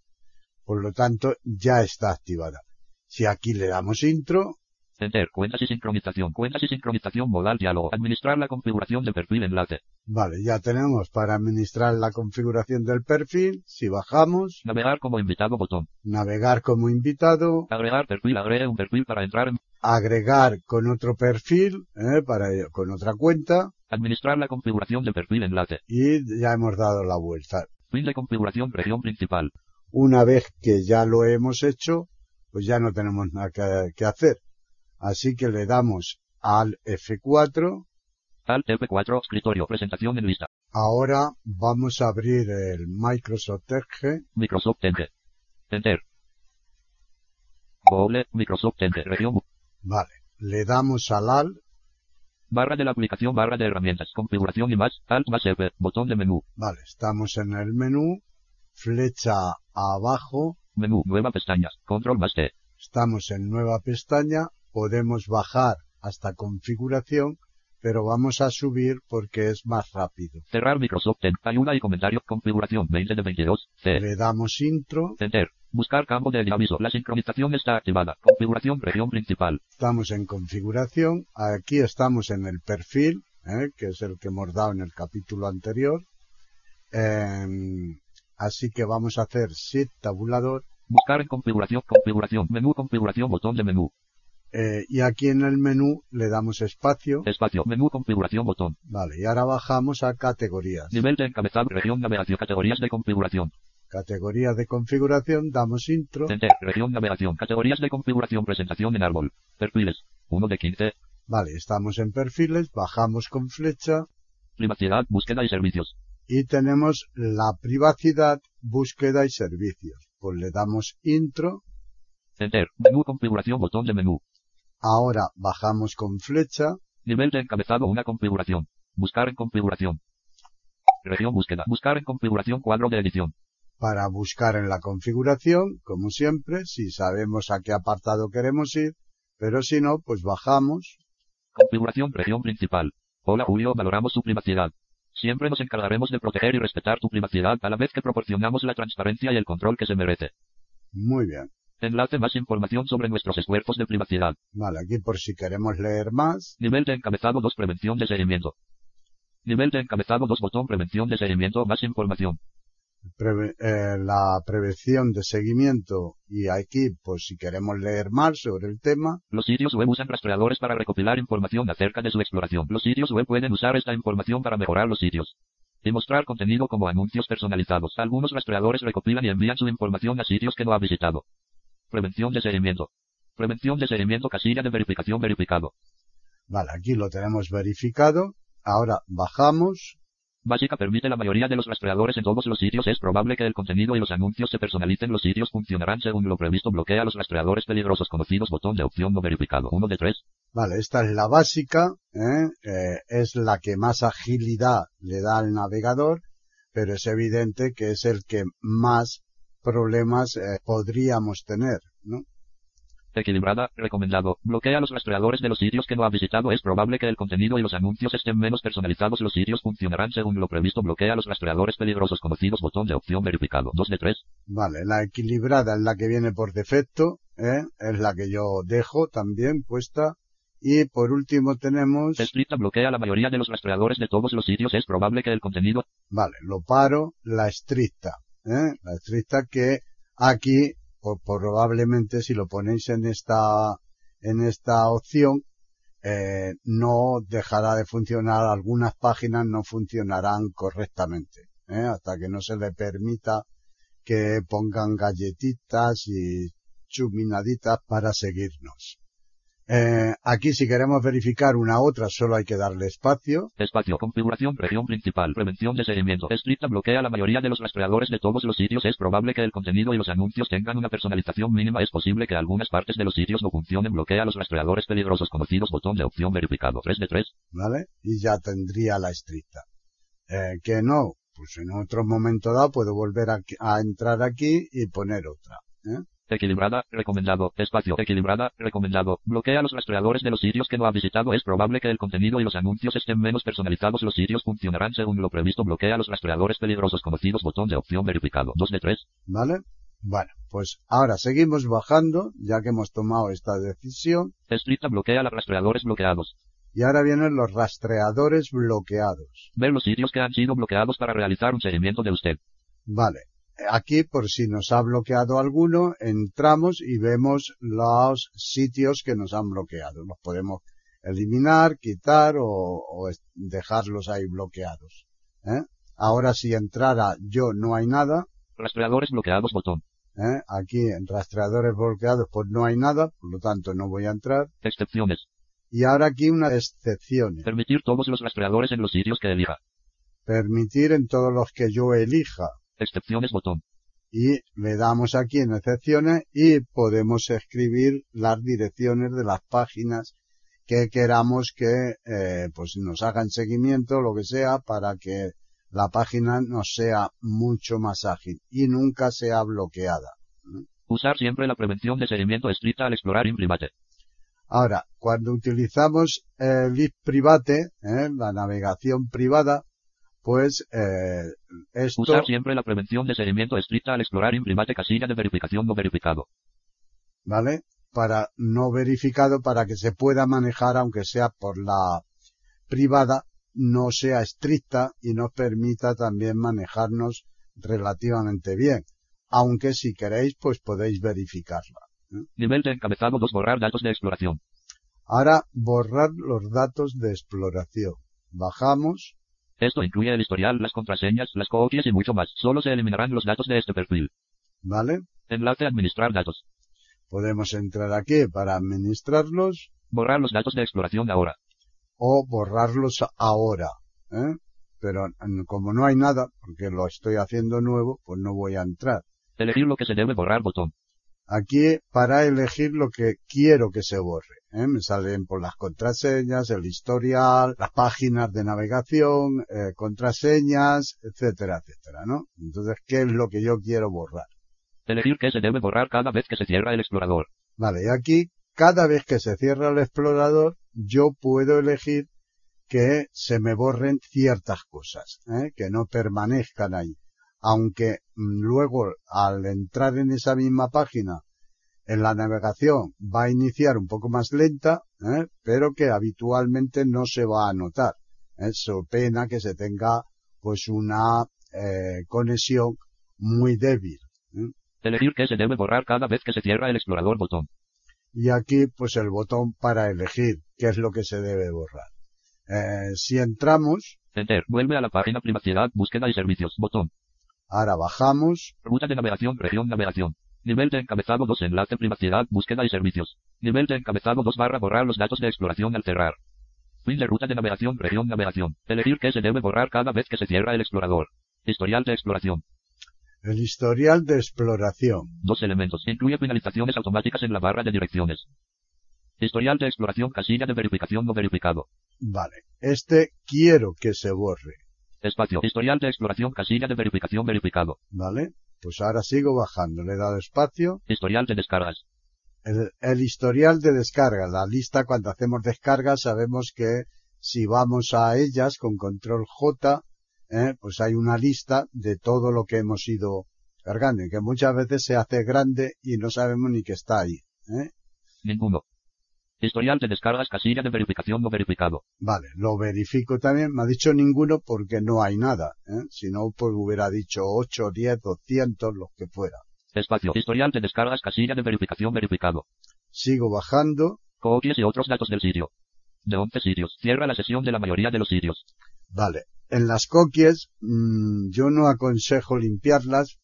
B: Por lo tanto, ya está activada. Si aquí le damos intro,
C: Enter. Cuentas y sincronización. Cuentas y sincronización. Modal diálogo. Administrar la configuración del perfil enlace.
B: Vale, ya tenemos para administrar la configuración del perfil. Si bajamos,
C: Navegar como invitado. Botón.
B: navegar como invitado,
C: Agregar perfil. Agregue un perfil para entrar en.
B: agregar con otro perfil, ¿eh? para, con otra cuenta,
C: Administrar la configuración del perfil enlace.
B: y ya hemos dado la vuelta.
C: Fin de configuración. Región principal.
B: Una vez que ya lo hemos hecho, pues ya no tenemos nada que, que hacer. Así que le damos al F4.
C: Alt F4. Escritorio. Presentación en lista.
B: Ahora vamos a abrir el Microsoft Edge.
C: Microsoft Enter. Enter. Google. Microsoft Enter. Región. bu-
B: Vale, le damos al AL.
C: Barra de la aplicación. Barra de herramientas. Configuración y más. Alt más F. Botón de menú.
B: Vale, estamos en el menú, flecha abajo,
C: Menú. Nueva pestaña. Control más T.
B: estamos en nueva pestaña, podemos bajar hasta configuración, pero vamos a subir porque es más rápido.
C: Cerrar Microsoft Enter. Ayuda y comentario. Configuración 20 de 22. C.
B: Le damos intro,
C: Enter. Buscar campo de aviso. La sincronización está activada. Configuración región principal.
B: estamos en configuración, aquí estamos en el perfil, ¿eh? que es el que hemos dado en el capítulo anterior. Em, así que vamos a hacer shift tabulador
C: Buscar en configuración, configuración, menú, configuración, botón de menú,
B: eh, y aquí en el menú le damos espacio.
C: espacio, menú, configuración, botón,
B: Vale, y ahora bajamos a categorías.
C: nivel de encabezado, región, navegación, categorías de configuración,
B: Categoría de configuración, damos intro.
C: enter, región, navegación, categorías de configuración, presentación en árbol, perfiles, 1 de 15,
B: Vale, estamos en perfiles, bajamos con flecha
C: privacidad, búsqueda y servicios,
B: y tenemos la privacidad, búsqueda y servicios. Pues le damos intro.
C: enter, menú, configuración, botón de menú,
B: Ahora bajamos con flecha.
C: nivel de encabezado, una configuración, buscar en configuración, región, búsqueda, buscar en configuración, cuadro de edición,
B: Para buscar en la configuración, como siempre, si sabemos a qué apartado queremos ir, pero si no, pues bajamos.
C: Configuración región principal. Hola Julio, valoramos su privacidad. Siempre nos encargaremos de proteger y respetar tu privacidad a la vez que proporcionamos la transparencia y el control que se merece.
B: Muy bien.
C: Enlace más información sobre nuestros esfuerzos de privacidad.
B: Vale, aquí por si queremos leer más.
C: Nivel de encabezado 2 prevención de seguimiento. Nivel de encabezado 2 botón prevención de seguimiento más información.
B: Preve- eh, la prevención de seguimiento y aquí, pues si queremos leer más sobre el tema,
C: Los sitios web usan rastreadores para recopilar información acerca de su exploración. Los sitios web pueden usar esta información para mejorar los sitios y mostrar contenido como anuncios personalizados. Algunos rastreadores recopilan y envían su información a sitios que no ha visitado. Prevención de seguimiento. Prevención de seguimiento casilla de verificación verificado.
B: vale, aquí lo tenemos verificado. Ahora bajamos,
C: Básica permite la mayoría de los rastreadores en todos los sitios. Es probable que el contenido y los anuncios se personalicen. Los sitios funcionarán según lo previsto. Bloquea los rastreadores peligrosos conocidos. Botón de opción no verificado. 1 de 3.
B: Vale, esta es la básica, ¿eh? Eh, es la que más agilidad le da al navegador, pero es evidente que es el que más problemas eh, podríamos tener, ¿no?
C: Equilibrada, recomendado. Bloquea los rastreadores de los sitios que no ha visitado. Es probable que el contenido y los anuncios estén menos personalizados. Los sitios funcionarán según lo previsto. Bloquea los rastreadores peligrosos conocidos. Botón de opción verificado. 2 de 3.
B: Vale, la equilibrada es la que viene por defecto, ¿eh? es la que yo dejo también puesta. Y por último tenemos,
C: Estricta bloquea la mayoría de los rastreadores de todos los sitios. Es probable que el contenido.
B: vale, lo paro, la estricta, ¿eh? la estricta que aquí, pues, probablemente si lo ponéis en esta, en esta opción, eh, no dejará de funcionar, algunas páginas no funcionarán correctamente, ¿eh? hasta que no se le permita que pongan galletitas y chuminaditas para seguirnos. Eh, aquí si queremos verificar una u otra solo hay que darle espacio,
C: Espacio. Configuración. Región principal. Prevención de seguimiento. Estricta bloquea la mayoría de los rastreadores de todos los sitios. Es probable que el contenido y los anuncios tengan una personalización mínima. Es posible que algunas partes de los sitios no funcionen. Bloquea los rastreadores peligrosos conocidos. Botón de opción verificado. 3 de 3.
B: ¿vale? Y ya tendría la estricta. Eh, que no, pues en otro momento dado puedo volver aquí- a entrar aquí y poner otra. ¿eh?
C: Equilibrada, recomendado, espacio, equilibrada, recomendado. Bloquea los rastreadores de los sitios que no ha visitado. Es probable que el contenido y los anuncios estén menos personalizados. Los sitios funcionarán según lo previsto. Bloquea los rastreadores peligrosos conocidos. Botón de opción verificado. 2 de 3.
B: ¿Vale? Bueno, pues ahora seguimos bajando, ya que hemos tomado esta decisión,
C: Estricta bloquea los rastreadores bloqueados.
B: y ahora vienen los rastreadores bloqueados.
C: Ver los sitios que han sido bloqueados para realizar un seguimiento de usted.
B: Vale. Aquí, por si nos ha bloqueado alguno, entramos y vemos los sitios que nos han bloqueado. Los podemos eliminar, quitar o, o es- dejarlos ahí bloqueados. ¿eh? Ahora si entrara yo no hay nada.
C: Rastreadores bloqueados. Botón.
B: ¿eh? Aquí en rastreadores bloqueados pues no hay nada, por lo tanto no voy a entrar.
C: Excepciones.
B: Y ahora aquí una excepción.
C: Permitir todos los rastreadores en los sitios que elija.
B: Permitir en todos los que yo elija.
C: Excepciones. Botón.
B: y le damos aquí en excepciones y podemos escribir las direcciones de las páginas que queramos que eh, pues nos hagan seguimiento lo que sea para que la página nos sea mucho más ágil y nunca sea bloqueada.
C: Usar siempre la prevención de seguimiento estricta al explorar imprimate.
B: Ahora, cuando utilizamos el IP private, eh, la navegación privada, pues eh, esto
C: Usar siempre la prevención de seguimiento estricta al explorar imprimate casilla de verificación no verificado.
B: ¿vale? Para no verificado, para que se pueda manejar, aunque sea por la privada, no sea estricta y nos permita también manejarnos relativamente bien. Aunque si queréis, pues podéis verificarla.
C: Nivel de encabezado 2 borrar datos de exploración.
B: Ahora, borrar los datos de exploración. Bajamos.
C: Esto incluye el historial, las contraseñas, las cookies y mucho más. Solo se eliminarán los datos de este perfil.
B: ¿Vale?
C: Enlace administrar datos.
B: Podemos entrar aquí para administrarlos
C: Borrar los datos de exploración ahora.
B: o borrarlos ahora. ¿eh? Pero mm, como no hay nada, porque lo estoy haciendo nuevo, pues no voy a entrar.
C: Elegir lo que se debe borrar botón.
B: aquí para elegir lo que quiero que se borre. ¿eh? Me salen por las contraseñas, el historial, las páginas de navegación, eh, contraseñas, etcétera, etcétera, ¿no? Entonces, ¿qué es lo que yo quiero borrar?
C: Elegir qué se debe borrar cada vez que se cierra el explorador.
B: Vale, y aquí, cada vez que se cierra el explorador, yo puedo elegir que se me borren ciertas cosas, ¿eh? que no permanezcan ahí. Aunque mm, luego, al entrar en esa misma página, en la navegación va a iniciar un poco más lenta, ¿eh? pero que habitualmente no se va a notar. ¿eh? Eso pena que se tenga pues una eh, conexión muy débil. ¿eh?
C: Elegir que se debe borrar cada vez que se cierra el explorador botón.
B: Y aquí pues el botón para elegir qué es lo que se debe borrar. Eh, si entramos,
C: Enter. Vuelve a la página privacidad, búsqueda y servicios. Botón.
B: ahora bajamos,
C: Ruta de navegación, región navegación. Nivel de encabezado 2, enlace privacidad, búsqueda y servicios. Nivel de encabezado 2 barra borrar los datos de exploración al cerrar. Fin de ruta de navegación, región navegación. Elegir que se debe borrar cada vez que se cierra el explorador. Historial de exploración.
B: el historial de exploración.
C: Dos elementos. Incluye finalizaciones automáticas en la barra de direcciones. Historial de exploración, casilla de verificación no verificado.
B: Vale, este quiero que se borre.
C: Espacio. Historial de exploración, casilla de verificación verificado.
B: Vale, pues ahora sigo bajando, le he dado espacio.
C: Historial de descargas.
B: El, el historial de descarga, la lista cuando hacemos descargas sabemos que si vamos a ellas con control J, eh, pues hay una lista de todo lo que hemos ido cargando y que muchas veces se hace grande y no sabemos ni que está ahí. ¿eh?
C: Ninguno. Historial de descargas, casilla de verificación no verificado.
B: Vale, lo verifico también. Me ha dicho ninguno porque no hay nada. ¿eh? Si no, pues hubiera dicho 8, 10, 200, los que fuera.
C: Espacio. Historial de descargas, casilla de verificación verificado.
B: Sigo bajando.
C: Cookies y otros datos del sitio. De 11 sitios. Cierra la sesión de la mayoría de los sitios.
B: Vale, en las cookies mm, yo no aconsejo limpiarlas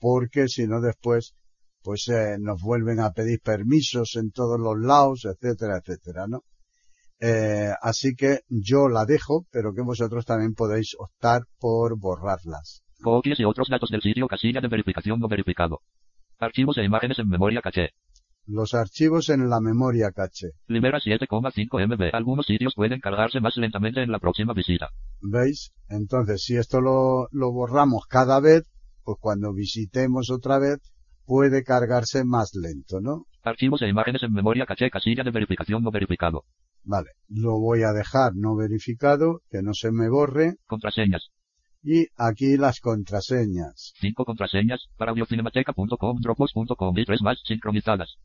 B: porque si no después pues eh, nos vuelven a pedir permisos en todos los lados, etcétera, etcétera, ¿no? Eh, así que yo la dejo, pero que vosotros también podéis optar por borrarlas.
C: Cookies y otros datos del sitio, casilla de verificación no verificado. Archivos e imágenes en memoria caché.
B: Los archivos en la memoria caché.
C: Libera 7,5 MB. Algunos sitios pueden cargarse más lentamente en la próxima visita.
B: ¿Veis? Entonces, si esto lo, lo borramos cada vez, pues cuando visitemos otra vez, puede cargarse más lento, ¿no?
C: Archivos e imágenes en memoria caché, casilla de verificación no verificado.
B: Vale, lo voy a dejar no verificado, que no se me borre,
C: Contraseñas.
B: y aquí las contraseñas,
C: 5 contraseñas para audiocinemateca.com, dropbox.com y 3 más sincronizadas.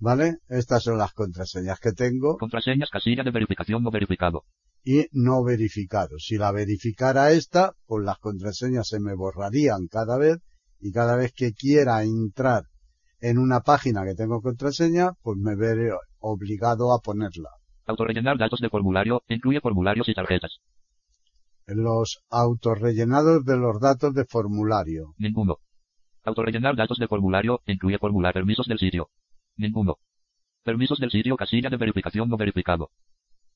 B: ¿vale? Estas son las contraseñas que tengo
C: Contraseñas, casilla de verificación no verificado.
B: y no verificado. Si la verificara esta, pues las contraseñas se me borrarían cada vez y cada vez que quiera entrar en una página que tengo contraseña, pues me veré obligado a ponerla.
C: Autorrellenar datos de formulario, incluye formularios y tarjetas.
B: Los autorrellenados de los datos de formulario.
C: Ninguno. Autorrellenar datos de formulario, incluye formular permisos del sitio. Ninguno. Permisos del sitio, casilla de verificación no verificado.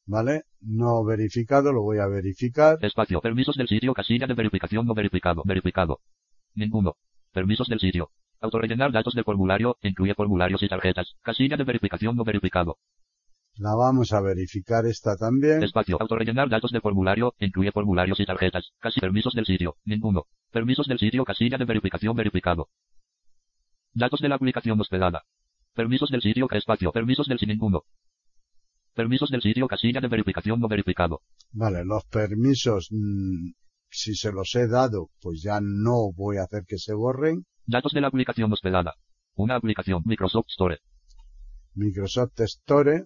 B: ¿Vale? No verificado, lo voy a verificar.
C: Espacio, permisos del sitio, casilla de verificación no verificado, verificado. Ninguno. Permisos del sitio. Autorrellenar datos de formulario, incluye formularios y tarjetas. Casilla de verificación no verificado.
B: La vamos a verificar esta también.
C: Espacio, autorrellenar datos de formulario, incluye formularios y tarjetas. Casi permisos del sitio, ninguno. Permisos del sitio, casilla de verificación verificado. Datos de la aplicación hospedada. Permisos del sitio, ca- espacio, permisos del sitio, ninguno. Permisos del sitio, casilla de verificación no verificado.
B: Vale, los permisos, mm, si se los he dado, pues ya no voy a hacer que se borren.
C: Datos de la aplicación hospedada. Una aplicación, Microsoft Store.
B: Microsoft Store, ¿eh?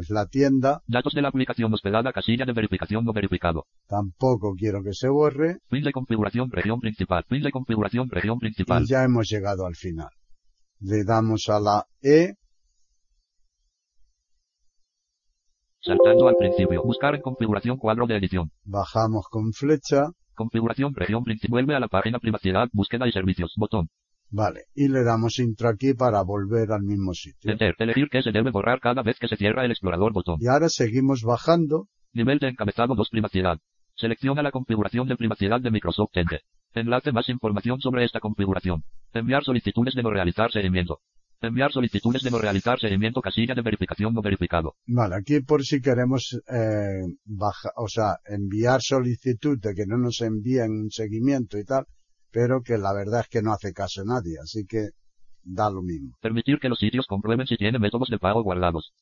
B: es la tienda,
C: Datos de la aplicación hospedada, casilla de verificación no verificado.
B: tampoco quiero que se borre.
C: Fin de configuración, región principal. Fin de configuración, región principal.
B: Y ya hemos llegado al final. Le damos a la E,
C: Saltando al principio. Buscar en configuración cuadro de edición.
B: bajamos con flecha,
C: Configuración, región principal. Vuelve a la página privacidad, búsqueda y servicios. Botón.
B: vale, y le damos intro aquí para volver al mismo sitio.
C: Enter. Elegir que se debe borrar cada vez que se cierra el explorador botón.
B: Y ahora seguimos bajando,
C: Nivel de encabezado 2 privacidad. Selecciona la configuración de privacidad de Microsoft Edge. Enlace más información sobre esta configuración. Enviar solicitudes de no realizar seguimiento. Enviar solicitudes de no realizar seguimiento casilla de verificación no verificado.
B: Vale, aquí por si queremos eh, baja- o sea, enviar solicitud de que no nos envíen un seguimiento y tal, pero que la verdad es que no hace caso nadie, así que da lo mismo.
C: Permitir que los sitios comprueben si tiene métodos de pago guardados.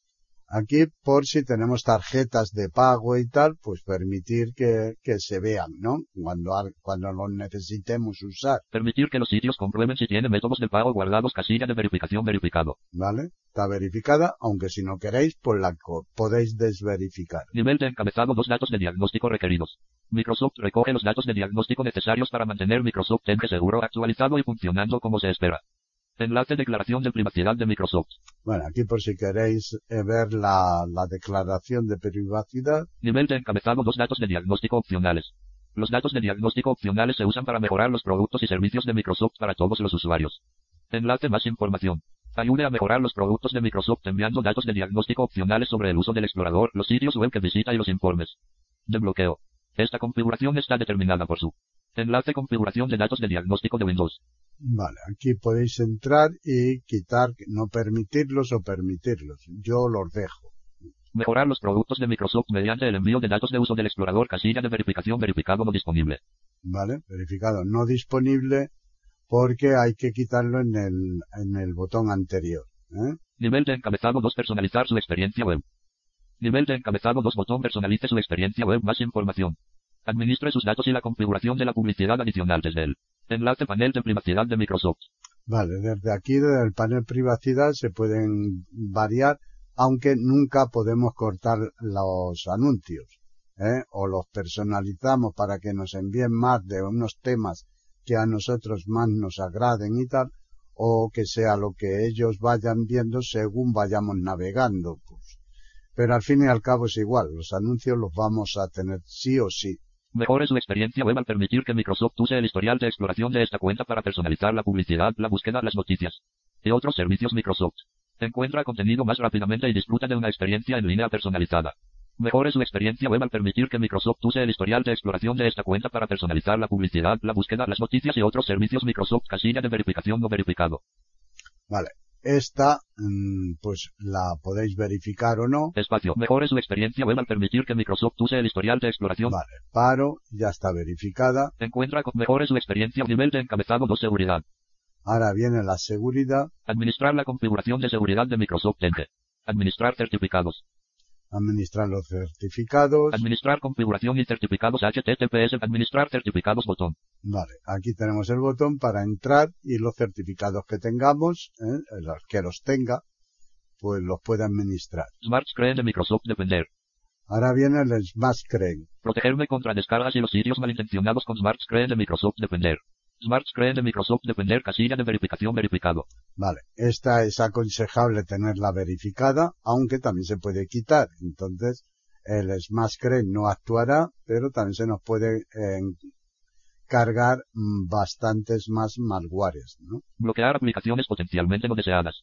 B: Aquí, por si tenemos tarjetas de pago y tal, pues permitir que, que se vean, ¿no? Cuando, al- cuando los necesitemos usar,
C: Permitir que los sitios comprueben si tiene métodos de pago guardados. Casilla de verificación verificado.
B: ¿vale? Está verificada, aunque si no queréis, pues la co- podéis desverificar.
C: Nivel de encabezado. Los datos de diagnóstico requeridos. Microsoft recoge los datos de diagnóstico necesarios para mantener Microsoft Edge seguro, actualizado y funcionando como se espera. Enlace Declaración de Privacidad de Microsoft.
B: Bueno, aquí por si queréis eh, ver la, la declaración de privacidad,
C: Nivel de encabezado. Los datos de diagnóstico opcionales. Los datos de diagnóstico opcionales se usan para mejorar los productos y servicios de Microsoft para todos los usuarios. Enlace más información. Ayude a mejorar los productos de Microsoft enviando datos de diagnóstico opcionales sobre el uso del explorador, los sitios web que visita y los informes. Desbloqueo. Esta configuración está determinada por su enlace configuración de datos de diagnóstico de Windows.
B: Vale, aquí podéis entrar y quitar, no permitirlos o permitirlos. Yo los dejo.
C: Mejorar los productos de Microsoft mediante el envío de datos de uso del explorador casilla de verificación verificado no disponible.
B: Vale, verificado, no disponible porque hay que quitarlo en el, en el botón anterior. ¿eh?
C: Nivel de encabezado 2. Personalizar su experiencia web. Nivel de encabezado 2. Botón personalice su experiencia web. Más información. Administre sus datos y la configuración de la publicidad adicional desde el enlace panel de privacidad de Microsoft.
B: Vale, desde aquí, desde el panel privacidad, se pueden variar, aunque nunca podemos cortar los anuncios. ¿eh? O los personalizamos para que nos envíen más de unos temas que a nosotros más nos agraden y tal, o que sea lo que ellos vayan viendo según vayamos navegando. Pues. Pero al fin y al cabo es igual, los anuncios los vamos a tener sí o sí.
C: Mejore su experiencia web al permitir que Microsoft use el historial de exploración de esta cuenta para personalizar la publicidad, la búsqueda, las noticias y otros servicios Microsoft. Encuentra contenido más rápidamente y disfruta de una experiencia en línea personalizada. Mejore su experiencia web al permitir que Microsoft use el historial de exploración de esta cuenta para personalizar la publicidad, la búsqueda, las noticias y otros servicios Microsoft. Casilla de verificación no verificado.
B: Vale, esta mm, pues la podéis verificar o no.
C: Espacio. Mejore su experiencia web al permitir que Microsoft use el historial de exploración.
B: Vale, paro, ya está verificada.
C: Encuentra con mejore su experiencia nivel de encabezado 2 seguridad.
B: Ahora viene la seguridad,
C: Administrar la configuración de seguridad de Microsoft Edge. Administrar certificados.
B: administrar los certificados.
C: Administrar configuración y certificados HTTPS. Administrar certificados botón.
B: Vale, aquí tenemos el botón para entrar y los certificados que tengamos, ¿eh? los que los tenga, pues los puede administrar.
C: Smart Screen de Microsoft Depender.
B: Ahora viene el Smart Screen.
C: Protegerme contra descargas y los sitios malintencionados con Smart Screen de Microsoft Depender. Smart Screen de Microsoft Depender. Casilla de verificación verificado.
B: Vale, esta es aconsejable tenerla verificada, aunque también se puede quitar. Entonces, el Smart Screen no actuará, pero también se nos puede eh, cargar mm, bastantes más malwares, ¿no?
C: Bloquear aplicaciones potencialmente no deseadas.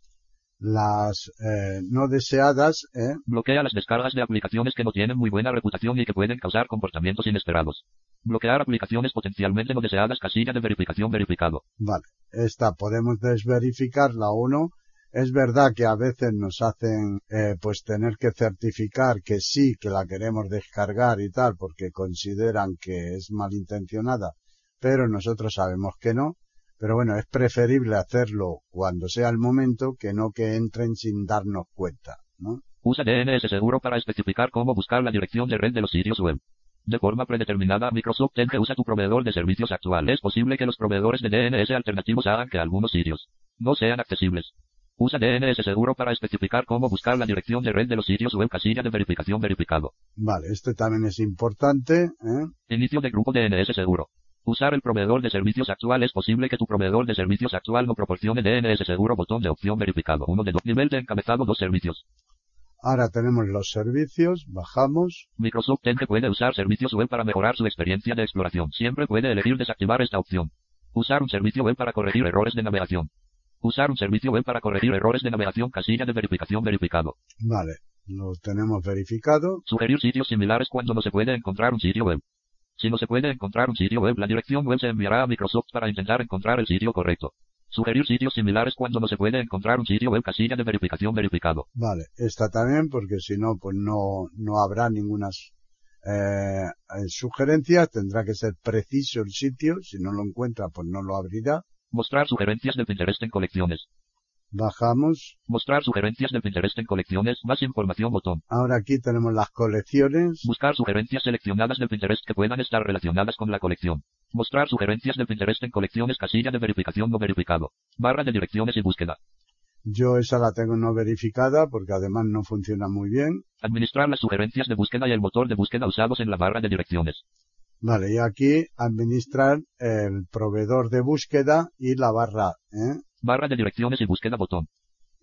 B: Las eh, no deseadas, ¿eh?
C: Bloquea las descargas de aplicaciones que no tienen muy buena reputación y que pueden causar comportamientos inesperados. Bloquear aplicaciones potencialmente no deseadas. Casilla de verificación verificado.
B: Vale, esta podemos desverificarla o no. Es verdad que a veces nos hacen eh, pues tener que certificar que sí, que la queremos descargar y tal, porque consideran que es malintencionada, pero nosotros sabemos que no. Pero bueno, es preferible hacerlo cuando sea el momento que no que entren sin darnos cuenta, ¿no?
C: Usa DNS seguro para especificar cómo buscar la dirección de red de los sitios web. De forma predeterminada, Microsoft Edge usa tu proveedor de servicios actual. Es posible que los proveedores de DNS alternativos hagan que algunos sitios no sean accesibles. Usa DNS seguro para especificar cómo buscar la dirección de red de los sitios web. Casilla de verificación verificado.
B: Vale, este también es importante, ¿eh?
C: Inicio de grupo DNS seguro. Usar el proveedor de servicios actual es posible que tu proveedor de servicios actual no proporcione DNS seguro. Botón de opción verificado. 1 de 2. Nivel de encabezado 2 servicios.
B: Ahora tenemos los servicios, bajamos,
C: Microsoft Edge puede usar servicios web para mejorar su experiencia de exploración. Siempre puede elegir desactivar esta opción. Usar un servicio web para corregir errores de navegación. Usar un servicio web para corregir errores de navegación. Casilla de verificación verificado.
B: vale, lo tenemos verificado,
C: Sugerir sitios similares cuando no se puede encontrar un sitio web. Si no se puede encontrar un sitio web, la dirección web se enviará a Microsoft para intentar encontrar el sitio correcto. Sugerir sitios similares cuando no se puede encontrar un sitio web. Casilla de verificación verificado.
B: Vale, esta también, porque si no, pues no, no habrá ninguna su- eh, eh, sugerencia. Tendrá que ser preciso el sitio. Si no lo encuentra, pues no lo abrirá.
C: Mostrar sugerencias de Pinterest en colecciones.
B: Bajamos.
C: Mostrar sugerencias de Pinterest en colecciones. Más información botón.
B: Ahora aquí tenemos las colecciones.
C: Buscar sugerencias seleccionadas de Pinterest que puedan estar relacionadas con la colección. Mostrar sugerencias de Pinterest en colecciones casilla de verificación no verificado. Barra de direcciones y búsqueda.
B: Yo esa la tengo no verificada porque además no funciona muy bien.
C: Administrar las sugerencias de búsqueda y el motor de búsqueda usados en la barra de direcciones.
B: Vale, y aquí administrar el proveedor de búsqueda y la barra. ¿eh?
C: Barra de direcciones y búsqueda botón.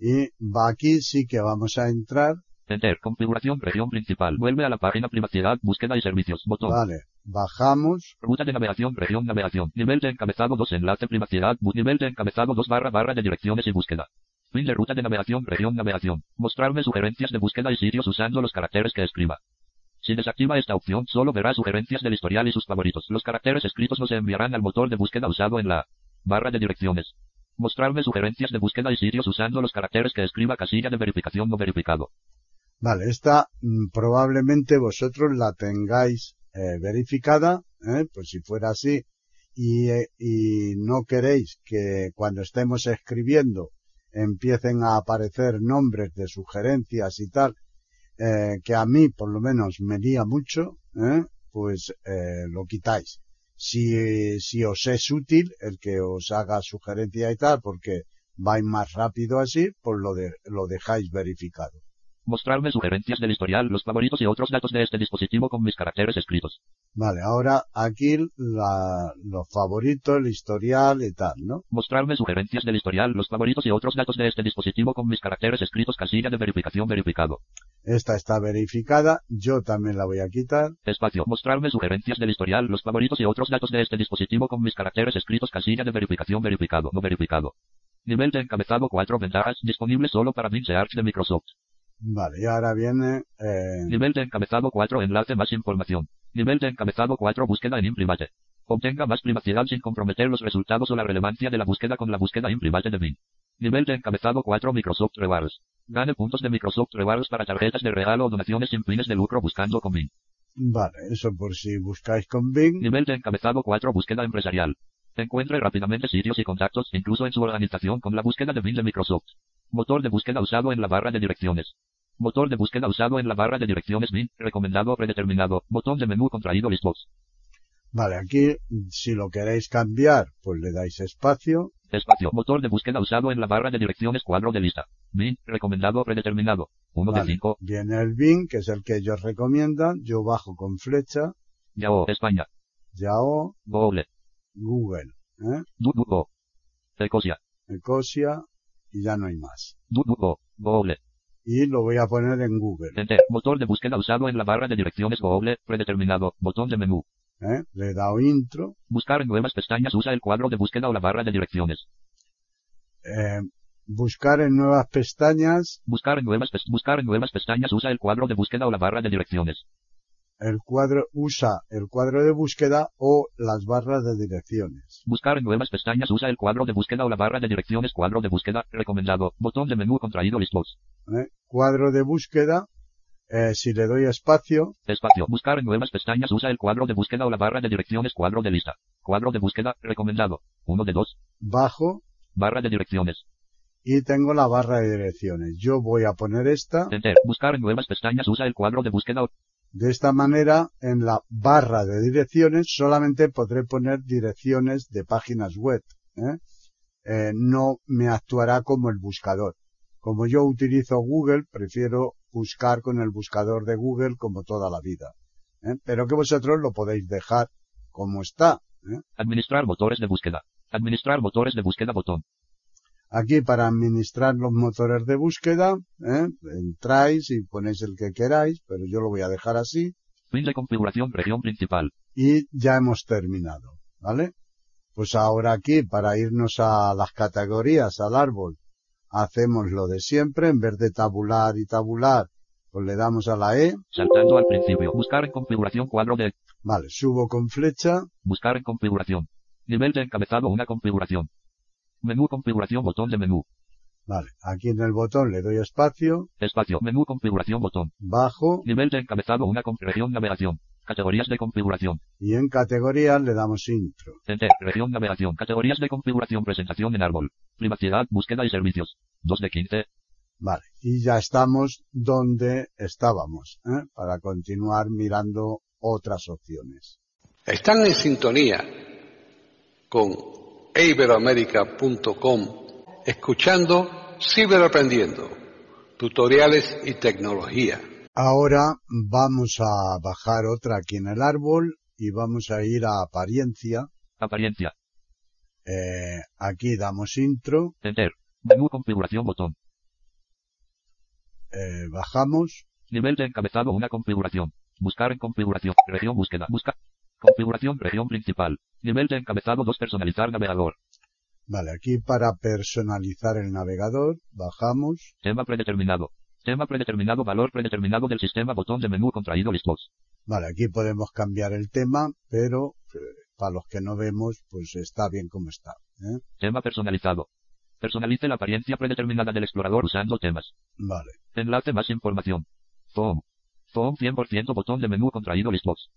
B: Y va aquí sí que vamos a entrar.
C: Enter. Configuración. Región principal. Vuelve a la página privacidad, búsqueda y servicios. Botón.
B: Vale, bajamos.
C: Ruta de navegación. Región navegación. Nivel de encabezado 2. Enlace privacidad. bu- Nivel de encabezado 2 barra barra de direcciones y búsqueda. Fin de ruta de navegación. Región navegación. Mostrarme sugerencias de búsqueda y sitios usando los caracteres que escriba. Si desactiva esta opción, solo verá sugerencias del historial y sus favoritos. Los caracteres escritos no se enviarán al motor de búsqueda usado en la barra de direcciones. Mostrarme sugerencias de búsqueda y sitios usando los caracteres que escriba casilla de verificación no verificado.
B: Vale, esta mm, probablemente vosotros la tengáis eh, verificada, ¿eh? pues si fuera así, y, eh, y no queréis que cuando estemos escribiendo empiecen a aparecer nombres de sugerencias y tal, eh, que a mí por lo menos me lía mucho, ¿eh? pues eh, lo quitáis. Si, si os es útil el que os haga sugerencia y tal, porque vais más rápido así, pues lo, de- lo dejáis verificado.
C: Mostrarme sugerencias del historial, los favoritos y otros datos de este dispositivo con mis caracteres escritos.
B: Vale, ahora aquí la, los favoritos, el historial y tal, ¿no?
C: Mostrarme sugerencias del historial, los favoritos y otros datos de este dispositivo con mis caracteres escritos casilla de verificación verificado.
B: Esta está verificada, yo también la voy a quitar.
C: Espacio. Mostrarme sugerencias del historial, los favoritos y otros datos de este dispositivo con mis caracteres escritos casilla de verificación verificado no verificado. Nivel de encabezado 4 ventajas disponible solo para Bing Search de Microsoft.
B: Vale, y ahora viene, eh,
C: Nivel de encabezado 4 enlace más información. Nivel de encabezado 4 búsqueda en Imprimate. Obtenga más privacidad sin comprometer los resultados o la relevancia de la búsqueda con la búsqueda Imprimate de Bing. Nivel de encabezado 4 Microsoft Rewards. Gane puntos de Microsoft Rewards para tarjetas de regalo o donaciones sin fines de lucro buscando con Bing.
B: vale, eso por si buscáis con Bing.
C: Nivel de encabezado 4 Búsqueda empresarial. Encuentre rápidamente sitios y contactos, incluso en su organización, con la búsqueda de Bing de Microsoft. Motor de búsqueda usado en la barra de direcciones. Motor de búsqueda usado en la barra de direcciones Bing, recomendado o predeterminado. Botón de menú contraído Listbox.
B: Vale, aquí si lo queréis cambiar, pues le dais espacio.
C: Espacio. Motor de búsqueda usado en la barra de direcciones cuadro de lista. Bing, recomendado o predeterminado. 1 de
B: Vale.
C: 5.
B: Viene el Bing, que es el que ellos recomiendan. Yo bajo con flecha,
C: Yahoo, España.
B: Yahoo,
C: Google.
B: Google, ¿eh?
C: Dudugo. Ecosia.
B: Ecosia y ya no hay más.
C: Dudugo. Google.
B: Y lo voy a poner en Google,
C: Enter. Motor de búsqueda usado en la barra de direcciones Google, predeterminado. Botón de menú.
B: ¿eh? Le he dado intro.
C: Buscar en nuevas pestañas usa el cuadro de búsqueda o la barra de direcciones.
B: eh, buscar en nuevas pestañas
C: Buscar en nuevas pes- buscar en nuevas pestañas usa el cuadro de búsqueda o la barra de direcciones.
B: el cuadro usa el cuadro de búsqueda o las barras de direcciones
C: Buscar en nuevas pestañas usa el cuadro de búsqueda o la barra de direcciones cuadro de búsqueda recomendado botón de menú contraído listbox
B: ¿eh? cuadro de búsqueda eh, si le doy espacio
C: espacio buscar en nuevas pestañas usa el cuadro de búsqueda o la barra de direcciones cuadro de lista cuadro de búsqueda recomendado uno de dos
B: bajo
C: barra de direcciones
B: y tengo la barra de direcciones yo voy a poner esta
C: enter buscar en nuevas pestañas usa el cuadro de búsqueda o-
B: de esta manera en la barra de direcciones solamente podré poner direcciones de páginas web ¿eh? Eh, no me actuará como el buscador. Como yo utilizo Google, prefiero buscar con el buscador de Google como toda la vida. ¿eh? Pero que vosotros lo podéis dejar como está. ¿eh?
C: administrar motores de búsqueda administrar motores de búsqueda botón
B: Aquí para administrar los motores de búsqueda, ¿eh? entráis y ponéis el que queráis, pero yo lo voy a dejar así
C: fin de configuración región principal
B: y ya hemos terminado. ¿Vale? Pues ahora aquí, para irnos a las categorías, al árbol, hacemos lo de siempre, en vez de tabular y tabular, pues le damos a la E,
C: Saltando al principio. Buscar en configuración cuadro de...
B: vale, subo con flecha,
C: Buscar en configuración. Nivel de encabezado una configuración. Menú configuración botón de menú.
B: vale, aquí en el botón le doy espacio,
C: Espacio. Menú configuración botón.
B: bajo,
C: Nivel de encabezado una con- región navegación. Categorías de configuración.
B: y en categorías le damos intro.
C: Enter. Región navegación. Categorías de configuración. Presentación en árbol. Privacidad. Búsqueda y servicios. 2 de 15.
B: Vale, y ya estamos donde estábamos, ¿eh? para continuar mirando otras opciones.
D: Están en sintonía con iberoamerica.com, escuchando Ciberaprendiendo, tutoriales y tecnología.
B: Ahora vamos a bajar otra aquí en el árbol y vamos a ir a apariencia.
C: Apariencia.
B: Eh, aquí damos intro,
C: Enter. Menú configuración botón.
B: eh, bajamos,
C: Nivel de encabezado una configuración. Buscar en configuración. Región búsqueda. Busca. Configuración región principal. Nivel de encabezado 2 personalizar navegador.
B: vale, aquí para personalizar el navegador, bajamos,
C: Tema predeterminado. Tema predeterminado valor predeterminado del sistema botón de menú contraído listbox.
B: Vale, aquí podemos cambiar el tema, pero eh, para los que no vemos, pues está bien como está. ¿eh?
C: Tema personalizado. Personalice la apariencia predeterminada del explorador usando temas.
B: Vale,
C: Enlace más información. Zoom. Zoom 100% botón de menú contraído listbox.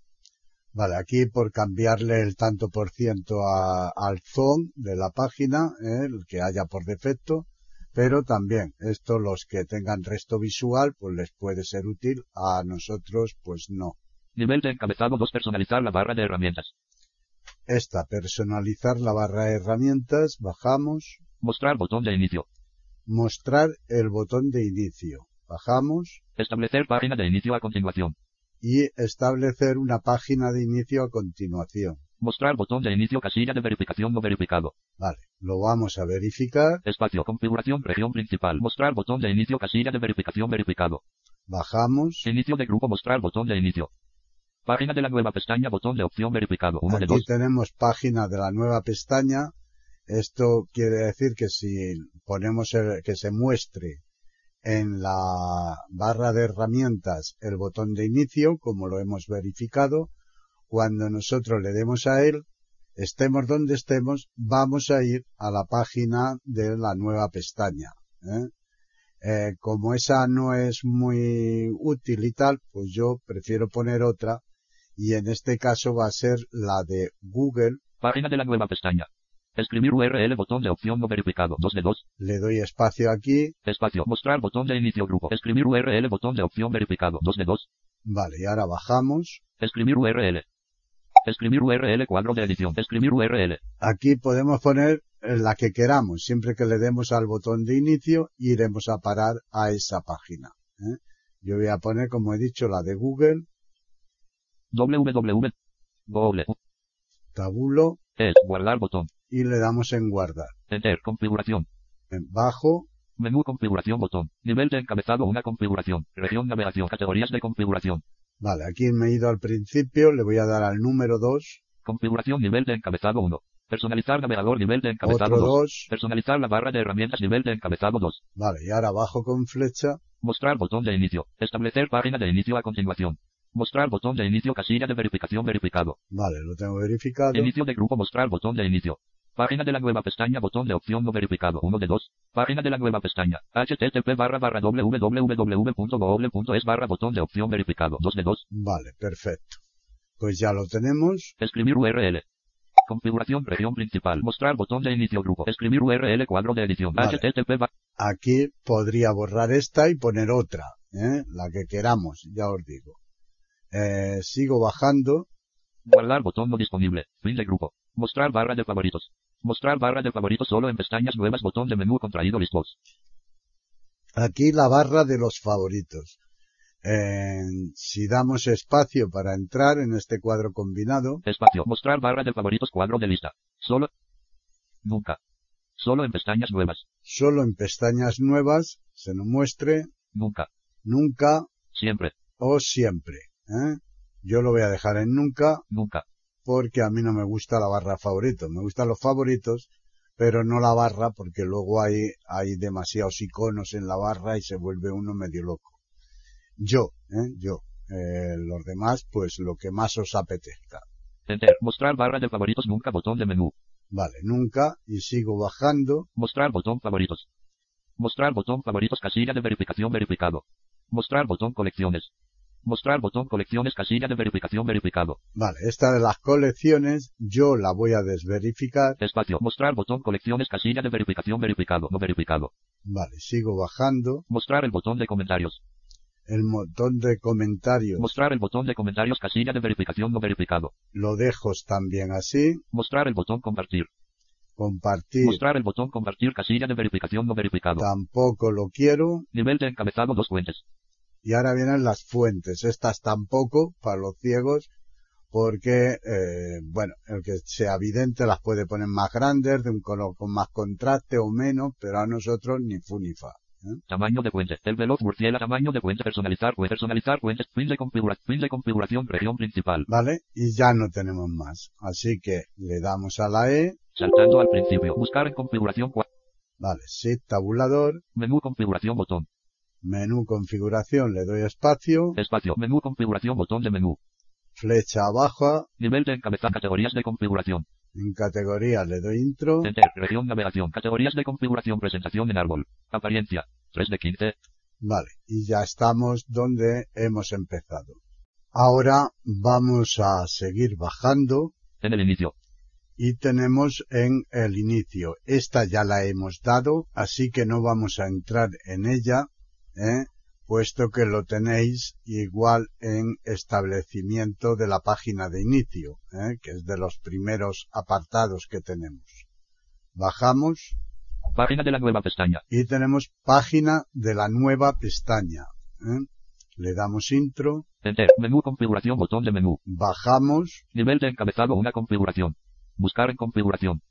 B: vale, aquí por cambiarle el tanto por ciento a- al zoom de la página, ¿eh? el que haya por defecto, pero también esto los que tengan resto visual, pues les puede ser útil, a nosotros pues no.
C: Nivel de encabezado 2 personalizar la barra de herramientas.
B: Esta, personalizar la barra de herramientas, bajamos,
C: Mostrar botón de inicio.
B: mostrar el botón de inicio, bajamos
C: Establecer página de inicio a continuación.
B: y establecer una página de inicio a continuación.
C: Mostrar botón de inicio casilla de verificación no verificado.
B: Vale, lo vamos a verificar,
C: Espacio configuración región principal. Mostrar botón de inicio casilla de verificación verificado.
B: bajamos,
C: Inicio de grupo mostrar botón de inicio. Página de la nueva pestaña botón de opción verificado. Uno de
B: aquí
C: dos.
B: tenemos página de la nueva pestaña, esto quiere decir que si ponemos el- que se muestre en la barra de herramientas el botón de inicio, como lo hemos verificado, cuando nosotros le demos a él, estemos donde estemos, vamos a ir a la página de la nueva pestaña. ¿eh? Eh, como esa no es muy útil y tal, pues yo prefiero poner otra y en este caso va a ser la de Google.
C: Página de la nueva pestaña. Escribir URL botón de opción no verificado. 2 de 2.
B: Le doy espacio aquí.
C: Espacio. Mostrar botón de inicio grupo. Escribir URL botón de opción verificado. 2 de 2.
B: Vale, y ahora bajamos.
C: Escribir URL. Escribir URL cuadro de edición. Escribir URL.
B: Aquí podemos poner eh, la que queramos. Siempre que le demos al botón de inicio, iremos a parar a esa página. ¿eh? Yo voy a poner, como he dicho, la de Google,
C: www. Google.
B: tabulo,
C: Es. Guardar botón.
B: y le damos en guardar.
C: Enter. Configuración.
B: En bajo,
C: Menú configuración botón. Nivel de encabezado una configuración. Región navegación. Categorías de configuración.
B: vale, aquí me he ido al principio, le voy a dar al número 2,
C: Configuración nivel de encabezado 1. Personalizar navegador nivel de encabezado
B: otro
C: 2.
B: 2,
C: Personalizar la barra de herramientas nivel de encabezado 2.
B: vale, y ahora bajo con flecha,
C: Mostrar botón de inicio. Establecer página de inicio a continuación. Mostrar botón de inicio casilla de verificación verificado.
B: vale, lo tengo verificado,
C: Inicio de grupo mostrar botón de inicio. Página de la nueva pestaña botón de opción no verificado 1 de 2. Página de la nueva pestaña. http barra barra www.google.es barra botón de opción verificado 2 de 2.
B: vale, perfecto. Pues ya lo tenemos,
C: Escribir URL. Configuración región principal. Mostrar botón de inicio grupo. Escribir URL cuadro de edición.
B: Vale.
C: http ba-
B: aquí podría borrar esta y poner otra, ¿eh? la que queramos, ya os digo. Eh, sigo bajando,
C: Guardar botón no disponible. Fin de grupo. Mostrar barra de favoritos. Mostrar barra de favoritos solo en pestañas nuevas. Botón de menú contraído listbox.
B: aquí la barra de los favoritos. Eh, si damos espacio para entrar en este cuadro combinado,
C: Espacio. Mostrar barra de favoritos cuadro de lista. Solo. Nunca. Solo en pestañas nuevas.
B: solo en pestañas nuevas se nos muestre
C: Nunca.
B: nunca
C: Siempre.
B: o siempre. ¿eh? Yo lo voy a dejar en nunca
C: Nunca.
B: porque a mí no me gusta la barra favoritos. Me gustan los favoritos, pero no la barra porque luego hay, hay demasiados iconos en la barra y se vuelve uno medio loco. Yo, ¿eh? yo. Eh, los demás, pues lo que más os apetezca.
C: Enter. Mostrar barra de favoritos nunca. Botón de menú.
B: Vale, nunca y sigo bajando.
C: Mostrar botón favoritos. Mostrar botón favoritos casilla de verificación verificado. Mostrar botón colecciones. Mostrar botón colecciones casilla de verificación verificado.
B: Vale, esta de las colecciones yo la voy a desverificar.
C: Espacio. Mostrar botón colecciones casilla de verificación verificado. No verificado.
B: Vale, sigo bajando.
C: Mostrar el botón de comentarios.
B: El montón de comentarios
C: Mostrar el botón de comentarios casilla de verificación no verificado.
B: lo dejo también así.
C: Mostrar el botón compartir.
B: Compartir
C: Mostrar el botón compartir casilla de verificación no verificado.
B: tampoco lo quiero.
C: Nivel de encabezado dos fuentes.
B: Y ahora vienen las fuentes. Estas tampoco para los ciegos porque, eh, bueno, el que sea vidente las puede poner más grandes, de un color con más contraste o menos, pero a nosotros ni fu ni fa. ¿eh?
C: Tamaño de fuente. El veloz murciela tamaño de fuente personalizar fuente personalizar fuentes fin de configura fin de configuración región principal.
B: ¿Vale? Y ya no tenemos más. Así que le damos a la E,
C: Saltando al principio. Buscar en configuración cua-
B: vale, Shift tabulador,
C: menú configuración botón.
B: menú configuración, le doy espacio,
C: Espacio. Menú configuración botón de menú.
B: flecha abajo,
C: Nivel de encabezado categorías de configuración.
B: en categoría le doy intro,
C: Enter. Región navegación. Categorías de configuración presentación en árbol. Apariencia. 3 de 15.
B: Vale, y ya estamos donde hemos empezado. Ahora vamos a seguir bajando
C: En el inicio.
B: y tenemos en el inicio. Esta ya la hemos dado, así que no vamos a entrar en ella, ¿eh? puesto que lo tenéis igual en establecimiento de la página de inicio, ¿eh? que es de los primeros apartados que tenemos. Bajamos
C: Página de la nueva pestaña.
B: y tenemos página de la nueva pestaña. ¿eh? Le damos intro,
C: Enter. Menú configuración botón de menú.
B: bajamos,
C: Nivel de encabezado una configuración. Buscar en configuración.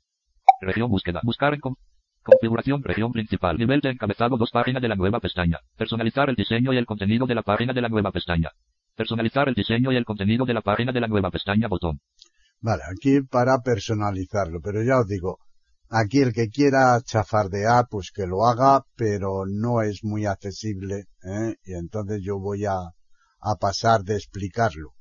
C: Región búsqueda. Buscar en con- configuración región principal. Nivel de encabezado dos páginas de la nueva pestaña. Personalizar el diseño y el contenido de la página de la nueva pestaña. Personalizar el diseño y el contenido de la página de la nueva pestaña botón.
B: vale, aquí para personalizarlo, pero ya os digo, aquí el que quiera chafardear, pues que lo haga, pero no es muy accesible, ¿eh? y entonces yo voy a, a pasar de explicarlo.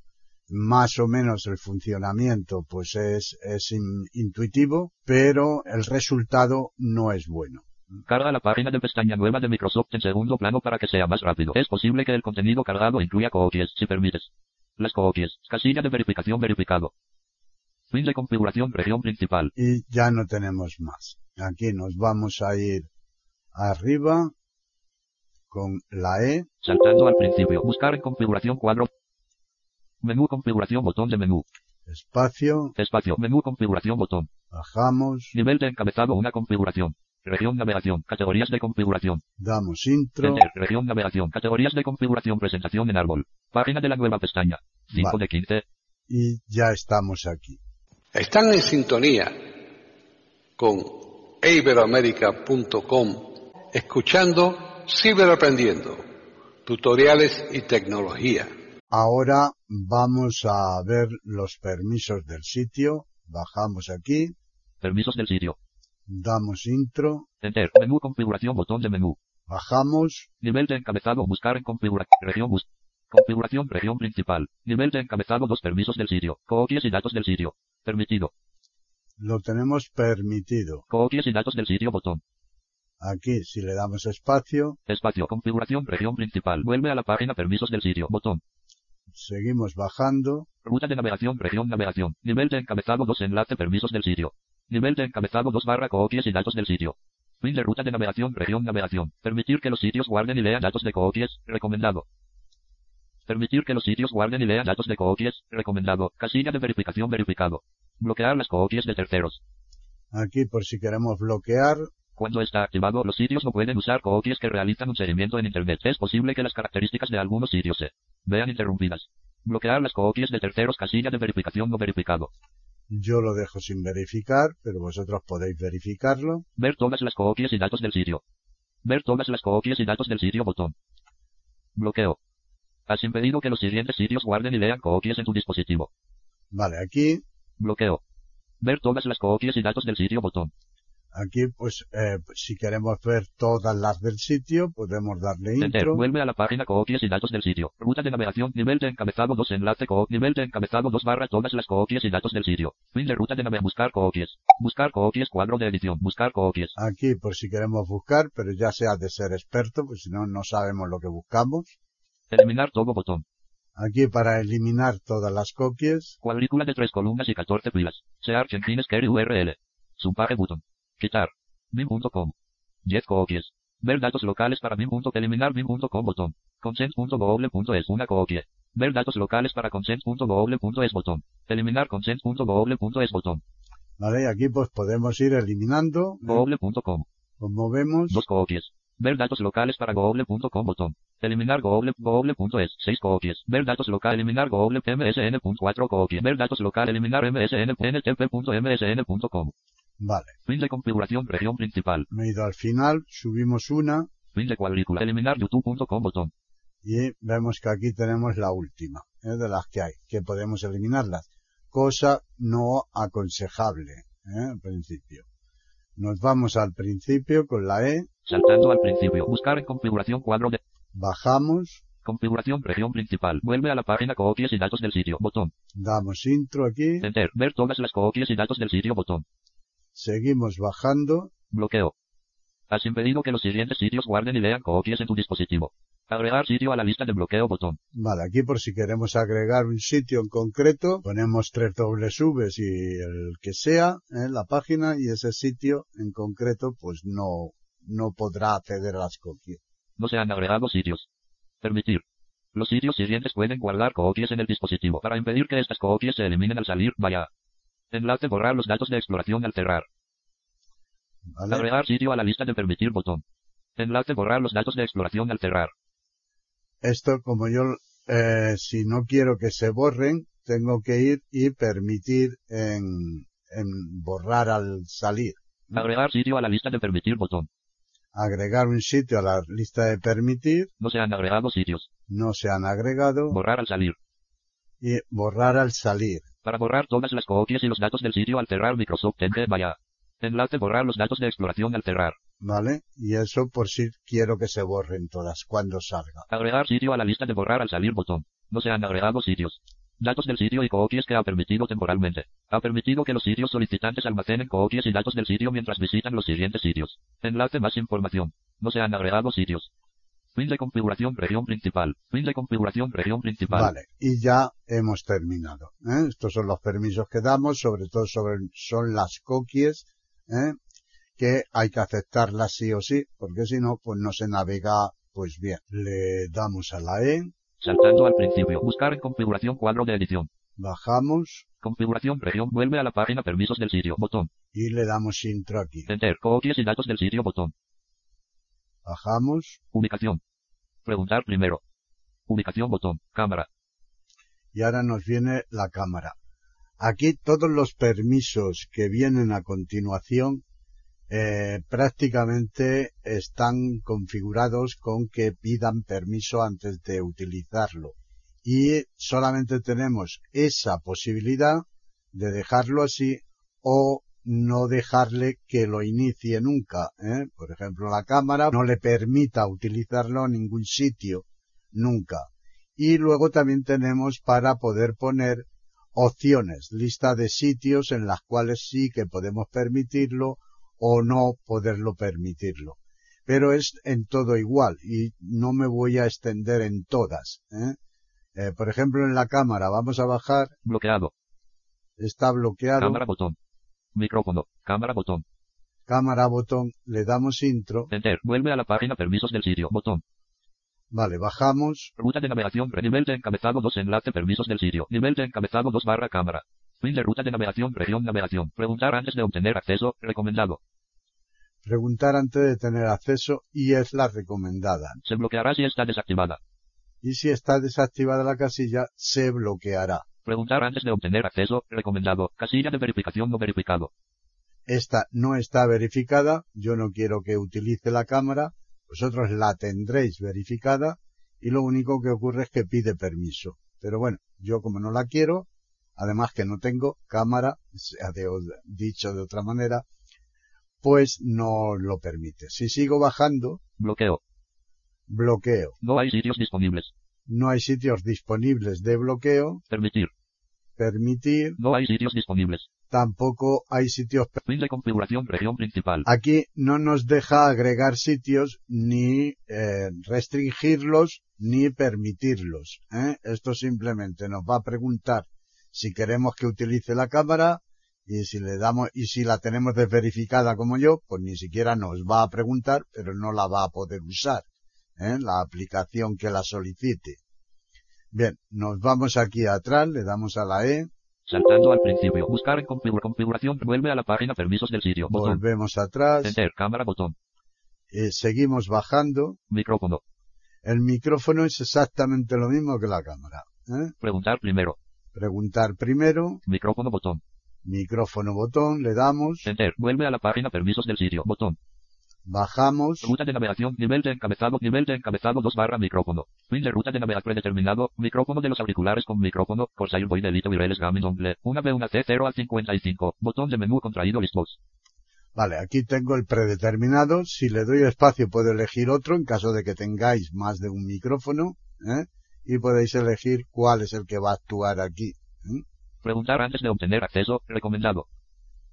B: Más o menos el funcionamiento, pues es, es in- intuitivo, pero el resultado no es bueno.
C: Carga la página de pestaña nueva de Microsoft en segundo plano para que sea más rápido. Es posible que el contenido cargado incluya cookies, si permites. Las cookies. Casilla de verificación verificado. Fin de configuración región principal.
B: y ya no tenemos más. Aquí nos vamos a ir arriba con la E,
C: Saltando al principio. Buscar en configuración cuadro. Menú configuración botón de menú.
B: espacio,
C: Espacio. Menú configuración botón.
B: bajamos,
C: Nivel de encabezado una configuración. Región navegación. Categorías de configuración.
B: damos intro,
C: Enter. Región navegación. Categorías de configuración. Presentación en árbol. Página de la nueva pestaña. 5
B: Vale.
C: de 15.
B: y ya estamos aquí.
D: Están en sintonía con iberoamerica.com escuchando Ciberaprendiendo, tutoriales y tecnología.
B: Ahora vamos a ver los permisos del sitio, bajamos aquí,
C: Permisos del sitio.
B: damos intro,
C: Enter. Menú configuración. Botón de menú.
B: bajamos,
C: Nivel de encabezado. Buscar en configuración. Región bus. Configuración. Región principal. Nivel de encabezado. Dos permisos del sitio. Cookies y datos del sitio. Permitido.
B: lo tenemos permitido.
C: Cookies y datos del sitio. Botón.
B: Aquí si le damos espacio,
C: Espacio, configuración, región principal. Vuelve a la página permisos del sitio. Botón.
B: seguimos bajando,
C: Ruta de navegación, región navegación. Nivel de encabezado 2, enlace permisos del sitio. Nivel de encabezado 2 barra cookies y datos del sitio. Fin de ruta de navegación, región navegación. Permitir que los sitios guarden y lean datos de cookies, recomendado. Permitir que los sitios guarden y lean datos de cookies, recomendado. Casilla de verificación verificado. Bloquear las cookies de terceros.
B: aquí por si queremos bloquear,
C: Cuando está activado, los sitios no pueden usar cookies que realizan un seguimiento en Internet. Es posible que las características de algunos sitios se vean interrumpidas. Bloquear las cookies de terceros casilla de verificación no verificado.
B: Yo lo dejo sin verificar, pero vosotros podéis verificarlo.
C: Ver todas las cookies y datos del sitio. Ver todas las cookies y datos del sitio botón. Bloqueo. Has impedido que los siguientes sitios guarden y lean cookies en tu dispositivo.
B: Vale, aquí,
C: Bloqueo. Ver todas las cookies y datos del sitio botón.
B: aquí, pues, eh, si queremos ver todas las del sitio, podemos darle
C: Enter.
B: intro.
C: Vuelve a la página cookies y datos del sitio. Ruta de navegación. Nivel de encabezado 2. Enlace co Nivel de encabezado 2 barra todas las cookies y datos del sitio. Fin de ruta de navegación. Buscar cookies. Buscar cookies. Cuadro de edición. Buscar cookies.
B: Aquí, por si queremos buscar, pero ya se ha de ser experto, pues si no, no sabemos lo que buscamos.
C: Eliminar todo botón.
B: Aquí para eliminar todas las copias,
C: Cuadrícula de tres columnas y 14 filas. Search Engine Query URL. Subpage button. Quitar. Bim.com. 10 copias. Ver datos locales para bim. Eliminar bim.com botón. Consent.google.es. Una copia. Ver datos locales para consent.google.es botón. Eliminar consent.google.es botón.
B: ¿vale? Y aquí pues podemos ir eliminando,
C: Google.com.
B: como vemos,
C: Dos copias. Ver datos locales para google.com botón. Eliminar google, google.es, 6 copias. Ver datos local, eliminar google, msn, 4 copias. Ver datos local, eliminar msn, ntp.msn.com.
B: vale.
C: Fin de configuración, región principal.
B: Me he ido al final, subimos una
C: Fin de cuadrícula, eliminar youtube.com botón.
B: y vemos que aquí tenemos la última, ¿eh? de las que hay, que podemos eliminarlas. Cosa no aconsejable, ¿eh? al principio. Nos vamos al principio con la E,
C: Saltando al principio, buscar en configuración cuadro de
B: bajamos,
C: configuración, región principal. Vuelve a la página copias y datos del sitio, botón.
B: damos intro aquí,
C: Enter, ver todas las copias y datos del sitio, botón.
B: seguimos bajando,
C: Bloqueo. Has impedido que los siguientes sitios guarden y lean copias en tu dispositivo. Agregar sitio a la lista de bloqueo botón.
B: Vale, aquí por si queremos agregar un sitio en concreto, ponemos tres dobles Vs y el que sea en la página y ese sitio en concreto pues no, no podrá acceder a las copias.
C: No se han agregado sitios. Permitir. Los sitios siguientes pueden guardar copias en el dispositivo. Para impedir que estas copias se eliminen al salir, vaya. Enlace borrar los datos de exploración al cerrar.
B: ¿Vale?
C: Agregar sitio a la lista de permitir botón. Enlace borrar los datos de exploración al cerrar.
B: Esto como yo, eh, si no quiero que se borren, tengo que ir y permitir en, en borrar al salir.
C: Agregar sitio a la lista de permitir botón.
B: Agregar un sitio a la lista de permitir,
C: No se han agregado sitios.
B: no se han agregado
C: Borrar al salir.
B: y borrar al salir.
C: Para borrar todas las copias y los datos del sitio al cerrar Microsoft Edge vaya. Enlace borrar los datos de exploración al cerrar.
B: ¿Vale? Y eso por si quiero que se borren todas cuando salga.
C: Agregar sitio a la lista de borrar al salir botón. No se han agregado sitios. Datos del sitio y cookies que ha permitido temporalmente. Ha permitido que los sitios solicitantes almacenen cookies y datos del sitio mientras visitan los siguientes sitios. Enlace más información. No se han agregado sitios. Fin de configuración región principal. Fin de configuración región principal.
B: Vale, y ya hemos terminado. ¿eh? Estos son los permisos que damos, sobre todo sobre, son las cookies, ¿eh? que hay que aceptarlas sí o sí, porque si no, pues no se navega pues bien. Le damos a la E,
C: Saltando al principio. Buscar en configuración cuadro de edición.
B: bajamos
C: Configuración región. Vuelve a la página permisos del sitio. Botón.
B: y le damos intro aquí.
C: Enter. Cookies y datos del sitio. Botón.
B: Bajamos
C: Ubicación. Preguntar primero. Ubicación. Botón. Cámara.
B: y ahora nos viene la cámara. Aquí todos los permisos que vienen a continuación eh, prácticamente están configurados con que pidan permiso antes de utilizarlo. Y solamente tenemos esa posibilidad de dejarlo así o no dejarle que lo inicie nunca. ¿eh? Por ejemplo, la cámara no le permita utilizarlo en ningún sitio, nunca. Y luego también tenemos para poder poner opciones, lista de sitios en las cuales sí que podemos permitirlo o no poderlo permitirlo. Pero es en todo igual y no me voy a extender en todas. ¿eh? Eh, por ejemplo, en la cámara vamos a bajar,
C: Bloqueado.
B: está bloqueado,
C: Cámara botón. Micrófono. Cámara botón.
B: cámara botón, le damos intro,
C: Enter. Vuelve a la página permisos del sitio. Botón.
B: vale, bajamos,
C: Ruta de navegación. re- Nivel de encabezado 2. Enlace permisos del sitio. Nivel de encabezado 2 barra cámara. Fin de ruta de navegación. Región navegación. Preguntar antes de obtener acceso. Recomendado.
B: preguntar antes de tener acceso y es la recomendada.
C: Se bloqueará si está desactivada.
B: Y si está desactivada la casilla, se bloqueará.
C: Preguntar antes de obtener acceso. Recomendado. Casilla de verificación no verificado.
B: Esta no está verificada, yo no quiero que utilice la cámara, vosotros la tendréis verificada y lo único que ocurre es que pide permiso. Pero bueno, yo como no la quiero, además que no tengo cámara, sea de o- dicho de otra manera, pues no lo permite. Si sigo bajando,
C: Bloqueo.
B: bloqueo.
C: No hay sitios disponibles.
B: No hay sitios disponibles de bloqueo,
C: Permitir.
B: permitir,
C: No hay sitios disponibles.
B: tampoco hay sitios. pe-
C: Fin de configuración, región principal.
B: Aquí no nos deja agregar sitios, ni eh, restringirlos, ni permitirlos. ¿eh? Esto simplemente nos va a preguntar si queremos que utilice la cámara y si le damos y si la tenemos desverificada como yo, pues ni siquiera nos va a preguntar, pero no la va a poder usar ¿eh? la aplicación que la solicite. Bien, nos vamos aquí atrás, le damos a la E,
C: Saltando al principio. Buscar en configura- configuración. Vuelve a la página permisos del sitio. Botón.
B: volvemos atrás,
C: Enter. Cámara. Botón.
B: eh, seguimos bajando,
C: Micrófono.
B: El micrófono es exactamente lo mismo que la cámara. ¿eh?
C: Preguntar primero.
B: Preguntar primero,
C: Micrófono. Botón.
B: micrófono botón, le damos,
C: Enter. Vuelve a la página permisos del sitio. Botón.
B: bajamos,
C: Ruta de navegación. Nivel de encabezado. Nivel de encabezado 2 barra micrófono. Fin de ruta de navegación predeterminado. Micrófono de los auriculares con micrófono. Corsair Boy Delito Vireles Gaming Dongle. Una B1 C0 al 55. Botón de menú contraído listos.
B: vale, aquí tengo el predeterminado, si le doy espacio puedo elegir otro en caso de que tengáis más de un micrófono ¿eh? y podéis elegir cuál es el que va a actuar aquí.
C: Preguntar antes de obtener acceso. Recomendado.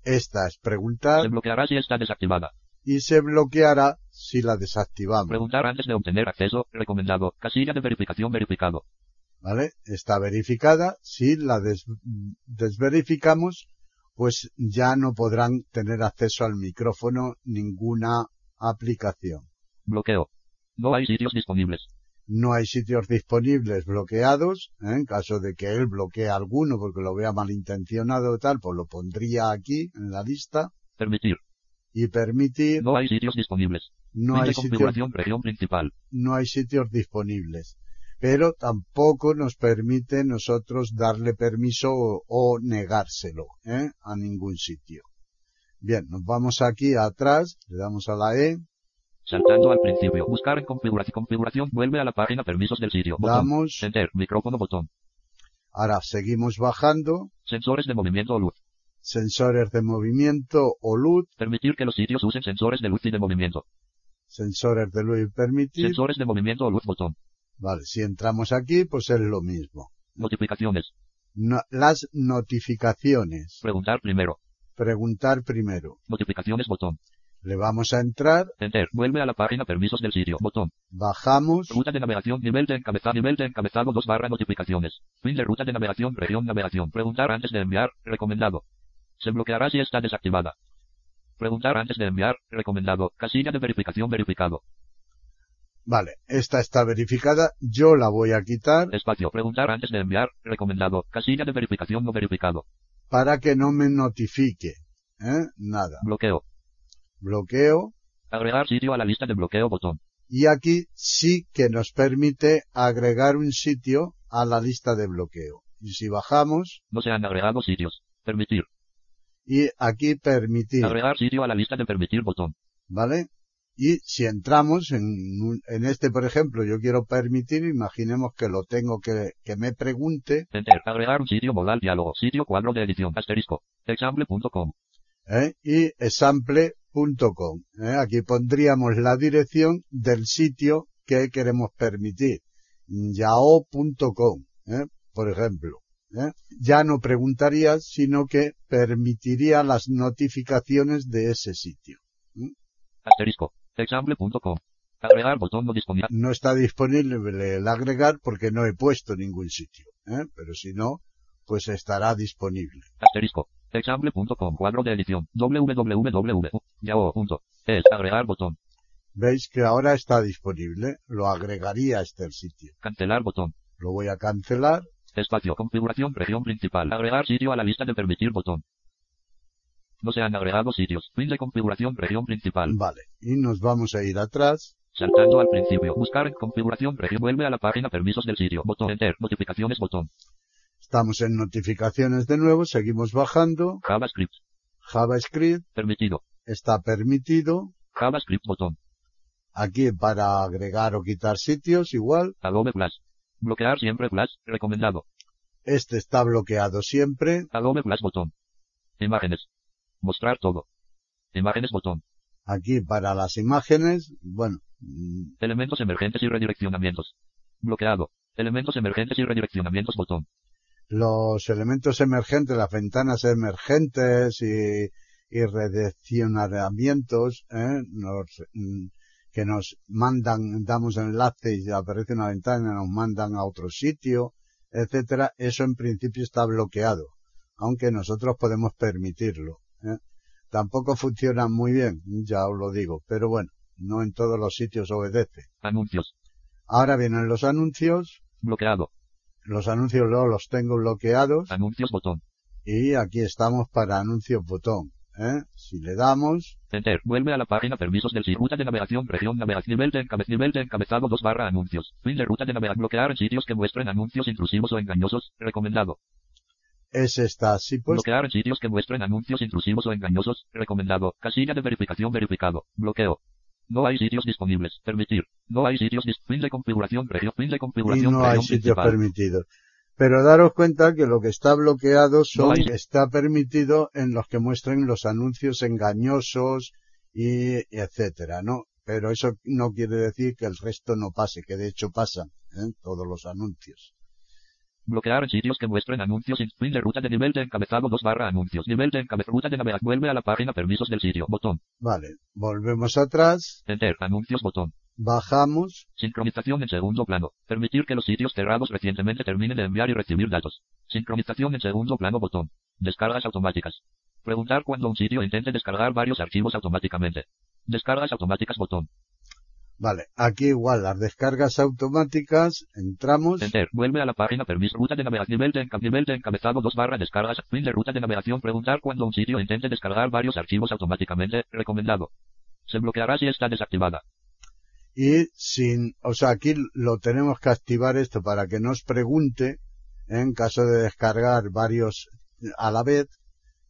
B: Esta es
C: Se
B: preguntar
C: bloqueará si está desactivada.
B: y se bloqueará si la desactivamos.
C: Preguntar antes de obtener acceso. Recomendado. Casilla de verificación verificado.
B: ¿vale? Está verificada. Si la des- desverificamos, pues ya no podrán tener acceso al micrófono ninguna aplicación.
C: Bloqueo. No hay sitios disponibles.
B: No hay sitios disponibles bloqueados. ¿eh? En caso de que él bloquee alguno porque lo vea malintencionado o tal, pues lo pondría aquí en la lista
C: Permitir.
B: y permitir.
C: No hay sitios disponibles.
B: No
C: Fin
B: hay
C: de
B: sitios
C: configuración, región principal.
B: no hay sitios disponibles. Pero tampoco nos permite nosotros darle permiso o, o negárselo ¿eh? a ningún sitio. Bien, nos vamos aquí atrás, le damos a la E,
C: Saltando al principio. Buscar en configuración. Configuración. Vuelve a la página permisos del sitio. Botón.
B: damos,
C: Enter. Micrófono. Botón.
B: ahora seguimos bajando,
C: Sensores de movimiento o luz.
B: sensores de movimiento o luz,
C: Permitir que los sitios usen sensores de luz y de movimiento.
B: sensores de luz y permitir.
C: Sensores de movimiento o luz. Botón.
B: Vale, si entramos aquí, pues es lo mismo.
C: Notificaciones.
B: No- las notificaciones.
C: Preguntar primero.
B: Preguntar primero.
C: Notificaciones. Botón.
B: Le vamos a entrar,
C: Enter. Vuelve a la página permisos del sitio. Botón.
B: bajamos.
C: Ruta de navegación. Nivel de encabezado. Nivel de encabezado. 2 barra notificaciones. Fin de ruta de navegación. Región navegación. Preguntar antes de enviar. Recomendado. Se bloqueará si está desactivada. Preguntar antes de enviar. Recomendado. Casilla de verificación verificado.
B: Vale, esta está verificada, yo la voy a quitar
C: Espacio. Preguntar antes de enviar. Recomendado. Casilla de verificación no verificado.
B: para que no me notifique. ¿eh? Nada,
C: Bloqueo.
B: bloqueo
C: Agregar sitio a la lista de bloqueo. Botón.
B: y aquí sí que nos permite agregar un sitio a la lista de bloqueo. Y si bajamos
C: No se han agregado sitios. Permitir.
B: y aquí permitir,
C: Agregar sitio a la lista de permitir. Botón.
B: ¿vale? Y si entramos en, un- en este, por ejemplo, yo quiero permitir, imaginemos que lo tengo que, que me pregunte,
C: Enter. Agregar un sitio modal diálogo. Sitio cuadro de edición. Asterisco. Example.com.
B: ¿eh? y example.com. ¿eh? Aquí pondríamos la dirección del sitio que queremos permitir, yahoo.com, ¿eh? por ejemplo. ¿eh? Ya no preguntaría, sino que permitiría las notificaciones de ese sitio.
C: Asterisco. Example.com. Agregar botón no disponible.
B: No está disponible el agregar porque no he puesto ningún sitio, ¿eh? pero si no, pues estará disponible.
C: Asterisco. Example.com. Cuadro de edición. www.yahoo.es. Agregar botón.
B: Veis que ahora está disponible, lo agregaría a este sitio.
C: Cancelar botón.
B: Lo voy a cancelar
C: Espacio. Configuración. Región principal. Agregar sitio a la lista de permitir botón. No se han agregado sitios. Fin de configuración. Región principal.
B: Vale, y nos vamos a ir atrás.
C: Saltando al principio. Buscar en configuración. Región. Vuelve a la página permisos del sitio. Botón. Enter. Notificaciones. Botón.
B: Estamos en notificaciones de nuevo, seguimos bajando.
C: JavaScript.
B: JavaScript
C: Permitido.
B: está permitido.
C: JavaScript. Botón.
B: Aquí para agregar o quitar sitios, igual.
C: Adobe Flash. Bloquear siempre Flash. Recomendado.
B: Este está bloqueado siempre.
C: Adobe Flash botón. Imágenes. Mostrar todo. Imágenes botón.
B: Aquí para las imágenes, bueno, mm,
C: Elementos emergentes y redireccionamientos. Bloqueado. Elementos emergentes y redireccionamientos botón.
B: los elementos emergentes, las ventanas emergentes y, y redireccionamientos ¿eh? nos, mm, que nos mandan, damos enlace y aparece una ventana, nos mandan a otro sitio, etcétera, eso en principio está bloqueado, aunque nosotros podemos permitirlo. ¿eh? Tampoco funciona muy bien, ya os lo digo, pero bueno, no en todos los sitios obedece.
C: Anuncios.
B: Ahora vienen los anuncios,
C: Bloqueado.
B: los anuncios luego los tengo bloqueados
C: Anuncios botón.
B: y aquí estamos para anuncios botón. ¿eh? Si le damos,
C: Enter. Vuelve a la página permisos del sitio. Ruta de navegación. Región navegación. Nivel de, encabez- nivel de encabezado 2 barra anuncios. Fin de ruta de navegación. Bloquear en sitios que muestren anuncios intrusivos o engañosos. Recomendado.
B: ese está así pues
C: Bloquear en sitios que muestren anuncios intrusivos o engañosos. Recomendado. Casilla de verificación verificado. Bloqueo. No hay sitios disponibles. Permitir. No hay sitios dis- Fin de configuración. Región. Fin de
B: y
C: configuración.
B: no hay
C: región
B: sitios
C: principal.
B: permitidos. Pero daros cuenta que lo que está bloqueado son,
C: No hay-
B: está permitido en los que muestren los anuncios engañosos y etcétera, ¿no? Pero eso no quiere decir que el resto no pase, que de hecho pasan ¿eh? todos los anuncios.
C: Bloquear en sitios que muestren anuncios en fin de ruta de nivel de encabezado 2 barra anuncios. Nivel de encabezado ruta de navegación. Vuelve a la página permisos del sitio. Botón.
B: Vale, volvemos atrás,
C: Enter. Anuncios botón.
B: bajamos,
C: Sincronización en segundo plano. Permitir que los sitios cerrados recientemente terminen de enviar y recibir datos. Sincronización en segundo plano botón. Descargas automáticas. Preguntar cuando un sitio intente descargar varios archivos automáticamente. Descargas automáticas botón.
B: vale, aquí igual las descargas automáticas, entramos,
C: Enter. Vuelve a la página permiso. Ruta de navegación. Nivel de, enca- nivel de encabezado 2 barra descargas. Fin de ruta de navegación. Preguntar cuando un sitio intente descargar varios archivos automáticamente. Recomendado. Se bloqueará si está desactivada.
B: y sin, o sea, aquí lo tenemos que activar esto para que nos pregunte ¿eh? en caso de descargar varios a la vez,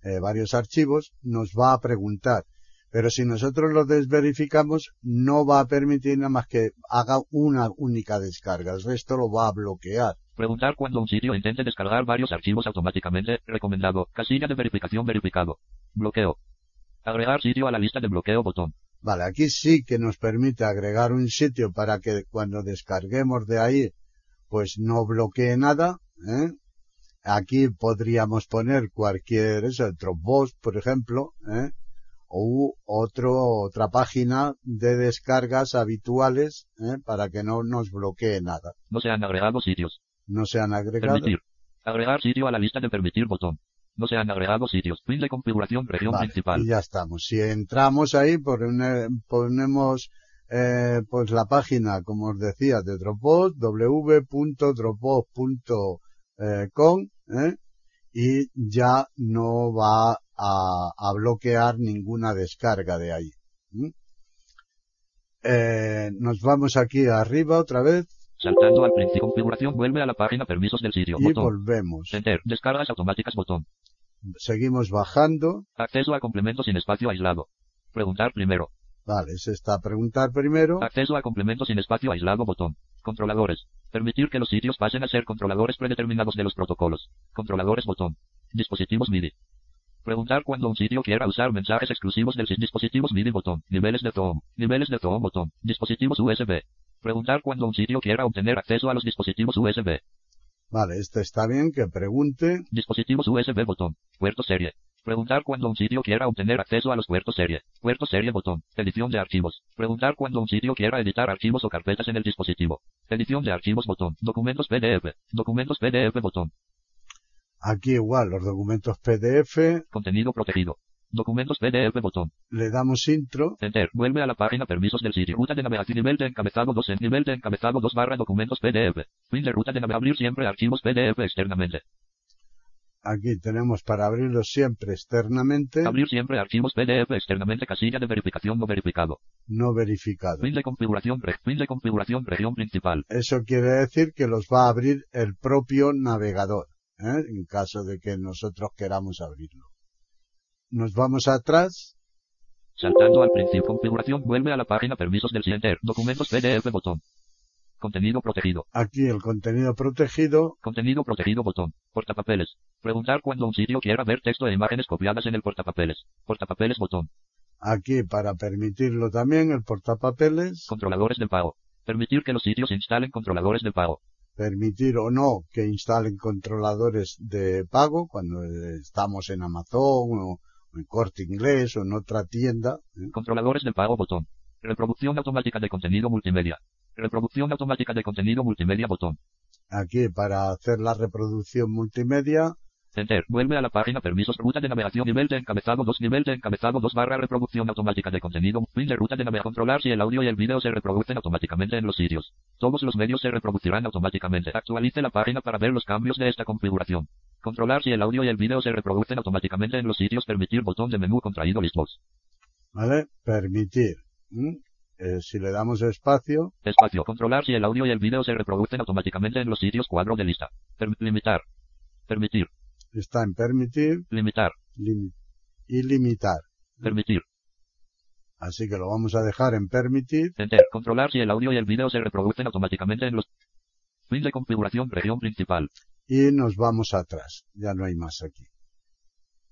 B: eh, varios archivos, nos va a preguntar. Pero si nosotros lo desverificamos, no va a permitir nada más que haga una única descarga. El resto lo va a bloquear.
C: Preguntar cuando un sitio intente descargar varios archivos automáticamente. Recomendado. Casilla de verificación verificado. Bloqueo. Agregar sitio a la lista de bloqueo botón.
B: Vale, aquí sí que nos permite agregar un sitio para que cuando descarguemos de ahí, pues no bloquee nada. ¿eh? Aquí podríamos poner cualquier, eso, el Dropbox, por ejemplo, ¿eh? o otro, otra página de descargas habituales ¿eh? para que no nos bloquee nada.
C: No se han agregado sitios.
B: No se han agregado.
C: Permitir. Agregar sitio a la lista de permitir botón. No se han agregado sitios. Fin de configuración región
B: Vale, Y
C: principal.
B: ya estamos. Si entramos ahí, pone- ponemos eh, pues la página, como os decía, de Dropbox, www.dropbox.com, ¿eh? y ya no va a, a bloquear ninguna descarga de ahí. ¿m? Eh, nos vamos aquí arriba otra vez
C: Saltando al principio configuración vuelve a la página permisos del sitio.
B: y
C: Botón.
B: volvemos.
C: Enter. Descargas automáticas botón.
B: Seguimos bajando.
C: Acceso a complementos sin espacio aislado. Preguntar primero.
B: Vale, se está a preguntar primero.
C: Acceso a complementos sin espacio aislado botón. Controladores. Permitir que los sitios pasen a ser controladores predeterminados de los protocolos. Controladores botón. Dispositivos MIDI. Preguntar cuando un sitio quiera usar mensajes exclusivos del sitio. Dispositivos MIDI botón. Niveles de TOM. Niveles de TOM botón. Dispositivos USB. Preguntar cuando un sitio quiera obtener acceso a los dispositivos USB.
B: Vale, este está bien, que pregunte.
C: Dispositivos USB botón. Puerto serie. Preguntar cuando un sitio quiera obtener acceso a los puertos serie. Puerto serie botón. Edición de archivos. Preguntar cuando un sitio quiera editar archivos o carpetas en el dispositivo. Edición de archivos botón. Documentos PDF. Documentos PDF botón.
B: Aquí igual, los documentos PDF,
C: Contenido protegido. Documentos PDF botón.
B: le damos intro,
C: Enter. Vuelve a la página permisos del sitio. Ruta de navegación. Nivel de encabezado 2 en nivel de encabezado 2 barra documentos PDF. Fin de ruta de navegación. Abrir siempre archivos PDF externamente.
B: aquí tenemos para abrirlo siempre externamente,
C: Abrir siempre archivos PDF externamente. Casilla de verificación no verificado.
B: no verificado.
C: Fin de configuración, re- fin de configuración, región principal.
B: Eso quiere decir que los va a abrir el propio navegador, ¿eh? en caso de que nosotros queramos abrirlo. Nos vamos atrás,
C: Saltando al principio, configuración, vuelve a la página permisos del Enter, documentos PDF botón. Contenido protegido,
B: aquí el contenido protegido,
C: contenido protegido botón, portapapeles. Preguntar cuando un sitio quiera ver texto e imágenes copiadas en el portapapeles. Portapapeles botón,
B: aquí para permitirlo también, el portapapeles,
C: controladores de pago. Permitir que los sitios instalen controladores de pago.
B: permitir o no que instalen controladores de pago cuando estamos en Amazon o en Corte Inglés o en otra tienda. ¿eh?
C: Controladores de pago botón. Reproducción automática de contenido multimedia. Reproducción automática de contenido multimedia botón.
B: Aquí para hacer la reproducción multimedia,
C: Enter. Vuelve a la página permisos ruta de navegación nivel de encabezado 2 nivel de encabezado 2 barra reproducción automática de contenido fin de ruta de navegación controlar si el audio y el video se reproducen automáticamente en los sitios. Todos los medios se reproducirán automáticamente. Actualice la página para ver los cambios de esta configuración. Controlar si el audio y el video se reproducen automáticamente en los sitios. Permitir botón de menú contraído listbox.
B: ¿vale? Permitir. ¿m? Eh, si le damos espacio,
C: Espacio. Controlar si el audio y el video se reproducen automáticamente en los sitios. Cuadro de lista. Per- limitar. Permitir.
B: está en permitir
C: Limitar.
B: lim- y limitar.
C: Permitir.
B: Así que lo vamos a dejar en permitir.
C: Enter. Controlar si el audio y el video se reproducen automáticamente en los... Fin de configuración. Región principal.
B: y nos vamos atrás. Ya no hay más aquí.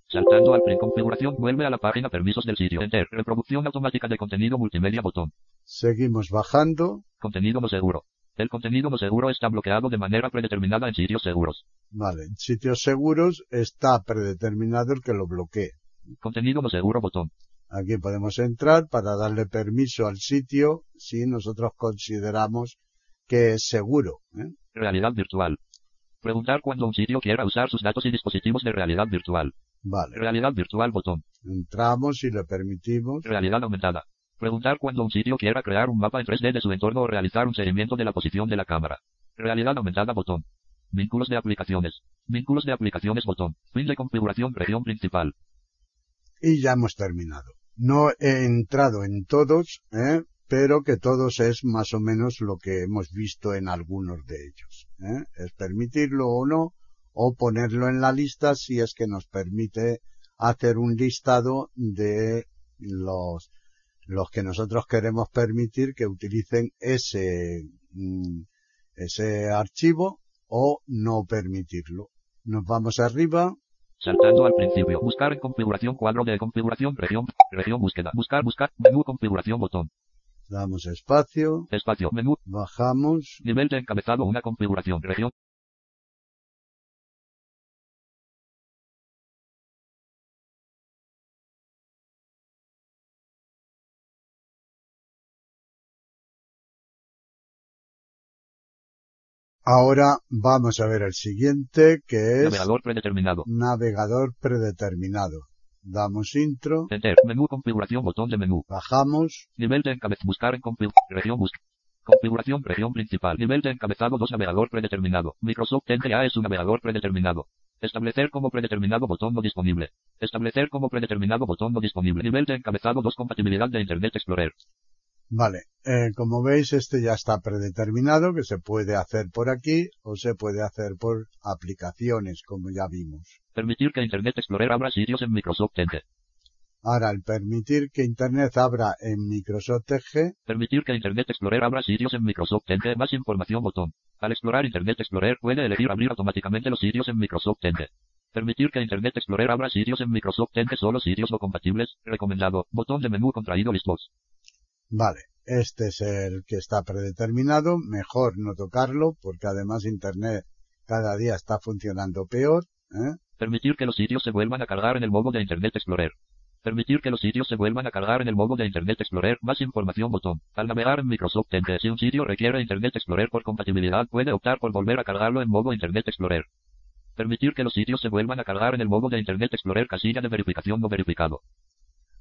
C: Saltando al print configuración, vuelve a la página permisos del sitio. Enter. Reproducción automática de contenido multimedia botón.
B: Seguimos bajando.
C: Contenido no seguro. El contenido no seguro está bloqueado de manera predeterminada en sitios seguros.
B: Vale, en sitios seguros está predeterminado el que lo bloquee.
C: Contenido no seguro botón.
B: Aquí podemos entrar para darle permiso al sitio si nosotros consideramos que es seguro. ¿eh?
C: Realidad virtual. Preguntar cuando un sitio quiera usar sus datos y dispositivos de realidad virtual.
B: Vale,
C: Realidad virtual botón.
B: entramos y le permitimos.
C: Realidad aumentada. Preguntar cuando un sitio quiera crear un mapa en 3D de su entorno o realizar un seguimiento de la posición de la cámara. Realidad aumentada botón. Vínculos de aplicaciones. Vínculos de aplicaciones botón. Fin de configuración región principal.
B: Y ya hemos terminado. No he entrado en todos, ¿eh? pero que todos es más o menos lo que hemos visto en algunos de ellos. ¿eh? Es permitirlo o no, o ponerlo en la lista si es que nos permite hacer un listado de los, los que nosotros queremos permitir que utilicen ese, mm, ese archivo o no permitirlo. Nos vamos arriba,
C: Saltando al principio. Buscar en configuración cuadro de configuración región. Región búsqueda. Buscar, buscar. Menú configuración botón.
B: damos espacio,
C: Espacio. Menú.
B: bajamos,
C: Nivel de encabezado. Una configuración. Región.
B: Ahora vamos a ver el siguiente, que es navegador,
C: Navegador predeterminado.
B: predeterminado. Damos intro,
C: Enter. Menú configuración botón de menú.
B: bajamos,
C: Nivel de encabezado. Buscar en configuración. Región búsqueda. Configuración región principal. Nivel de encabezado 2 navegador predeterminado. Microsoft NGA es un navegador predeterminado. Establecer como predeterminado botón no disponible. Establecer como predeterminado botón no disponible. Nivel de encabezado 2 compatibilidad de Internet Explorer.
B: vale. eh, como veis, este ya está predeterminado, que se puede hacer por aquí o se puede hacer por aplicaciones, como ya vimos.
C: Permitir que Internet Explorer abra sitios en Microsoft Edge.
B: Ahora, al permitir que Internet abra en Microsoft Edge,
C: Permitir que Internet Explorer abra sitios en Microsoft Edge. Más información botón. Al explorar Internet Explorer puede elegir abrir automáticamente los sitios en Microsoft Edge. Permitir que Internet Explorer abra sitios en Microsoft Edge solo sitios no compatibles. Recomendado. Botón de menú contraído listos.
B: vale. Este es el que está predeterminado, mejor no tocarlo, porque además Internet cada día está funcionando peor. ¿eh?
C: Permitir que los sitios se vuelvan a cargar en el modo de Internet Explorer. Permitir que los sitios se vuelvan a cargar en el modo de Internet Explorer. Más información botón. Al navegar en Microsoft Edge, si un sitio requiere Internet Explorer por compatibilidad, puede optar por volver a cargarlo en modo Internet Explorer. Permitir que los sitios se vuelvan a cargar en el modo de Internet Explorer casilla de verificación no verificado.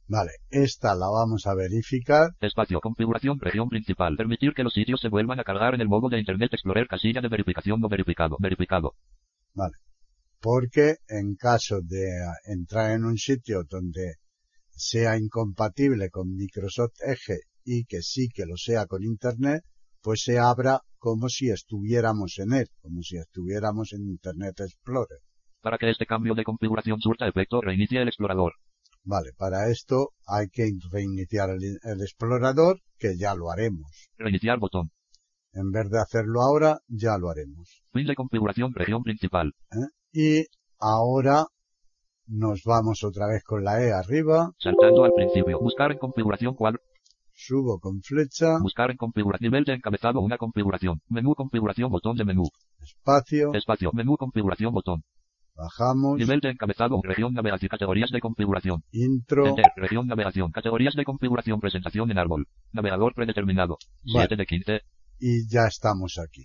B: Vale, esta la vamos a verificar.
C: Espacio, configuración, región principal. Permitir que los sitios se vuelvan a cargar en el modo de Internet Explorer casilla de verificación no verificado. Verificado.
B: porque en caso de ah, entrar en un sitio donde sea incompatible con Microsoft Edge y que sí que lo sea con Internet, pues se abra como si estuviéramos en él, como si estuviéramos en Internet Explorer.
C: Para que este cambio de configuración surta efecto, reinicia el explorador.
B: Vale, para esto hay que reiniciar el, el explorador, que ya lo haremos.
C: Reiniciar botón.
B: En vez de hacerlo ahora, ya lo haremos.
C: Fin de configuración, región principal.
B: Y ahora nos vamos otra vez con la E arriba,
C: Saltando al principio. Buscar en configuración cuadro.
B: Subo con flecha,
C: Buscar en configuración. Nivel de encabezado. Una configuración. Menú configuración. Botón de menú.
B: espacio,
C: Espacio. Menú configuración. Botón.
B: bajamos,
C: Nivel de encabezado. Región navegación. Categorías de configuración.
B: intro,
C: Enter. Región navegación. Categorías de configuración. Presentación en árbol. Navegador predeterminado.
B: Vale.
C: 7 de 15.
B: y ya estamos aquí.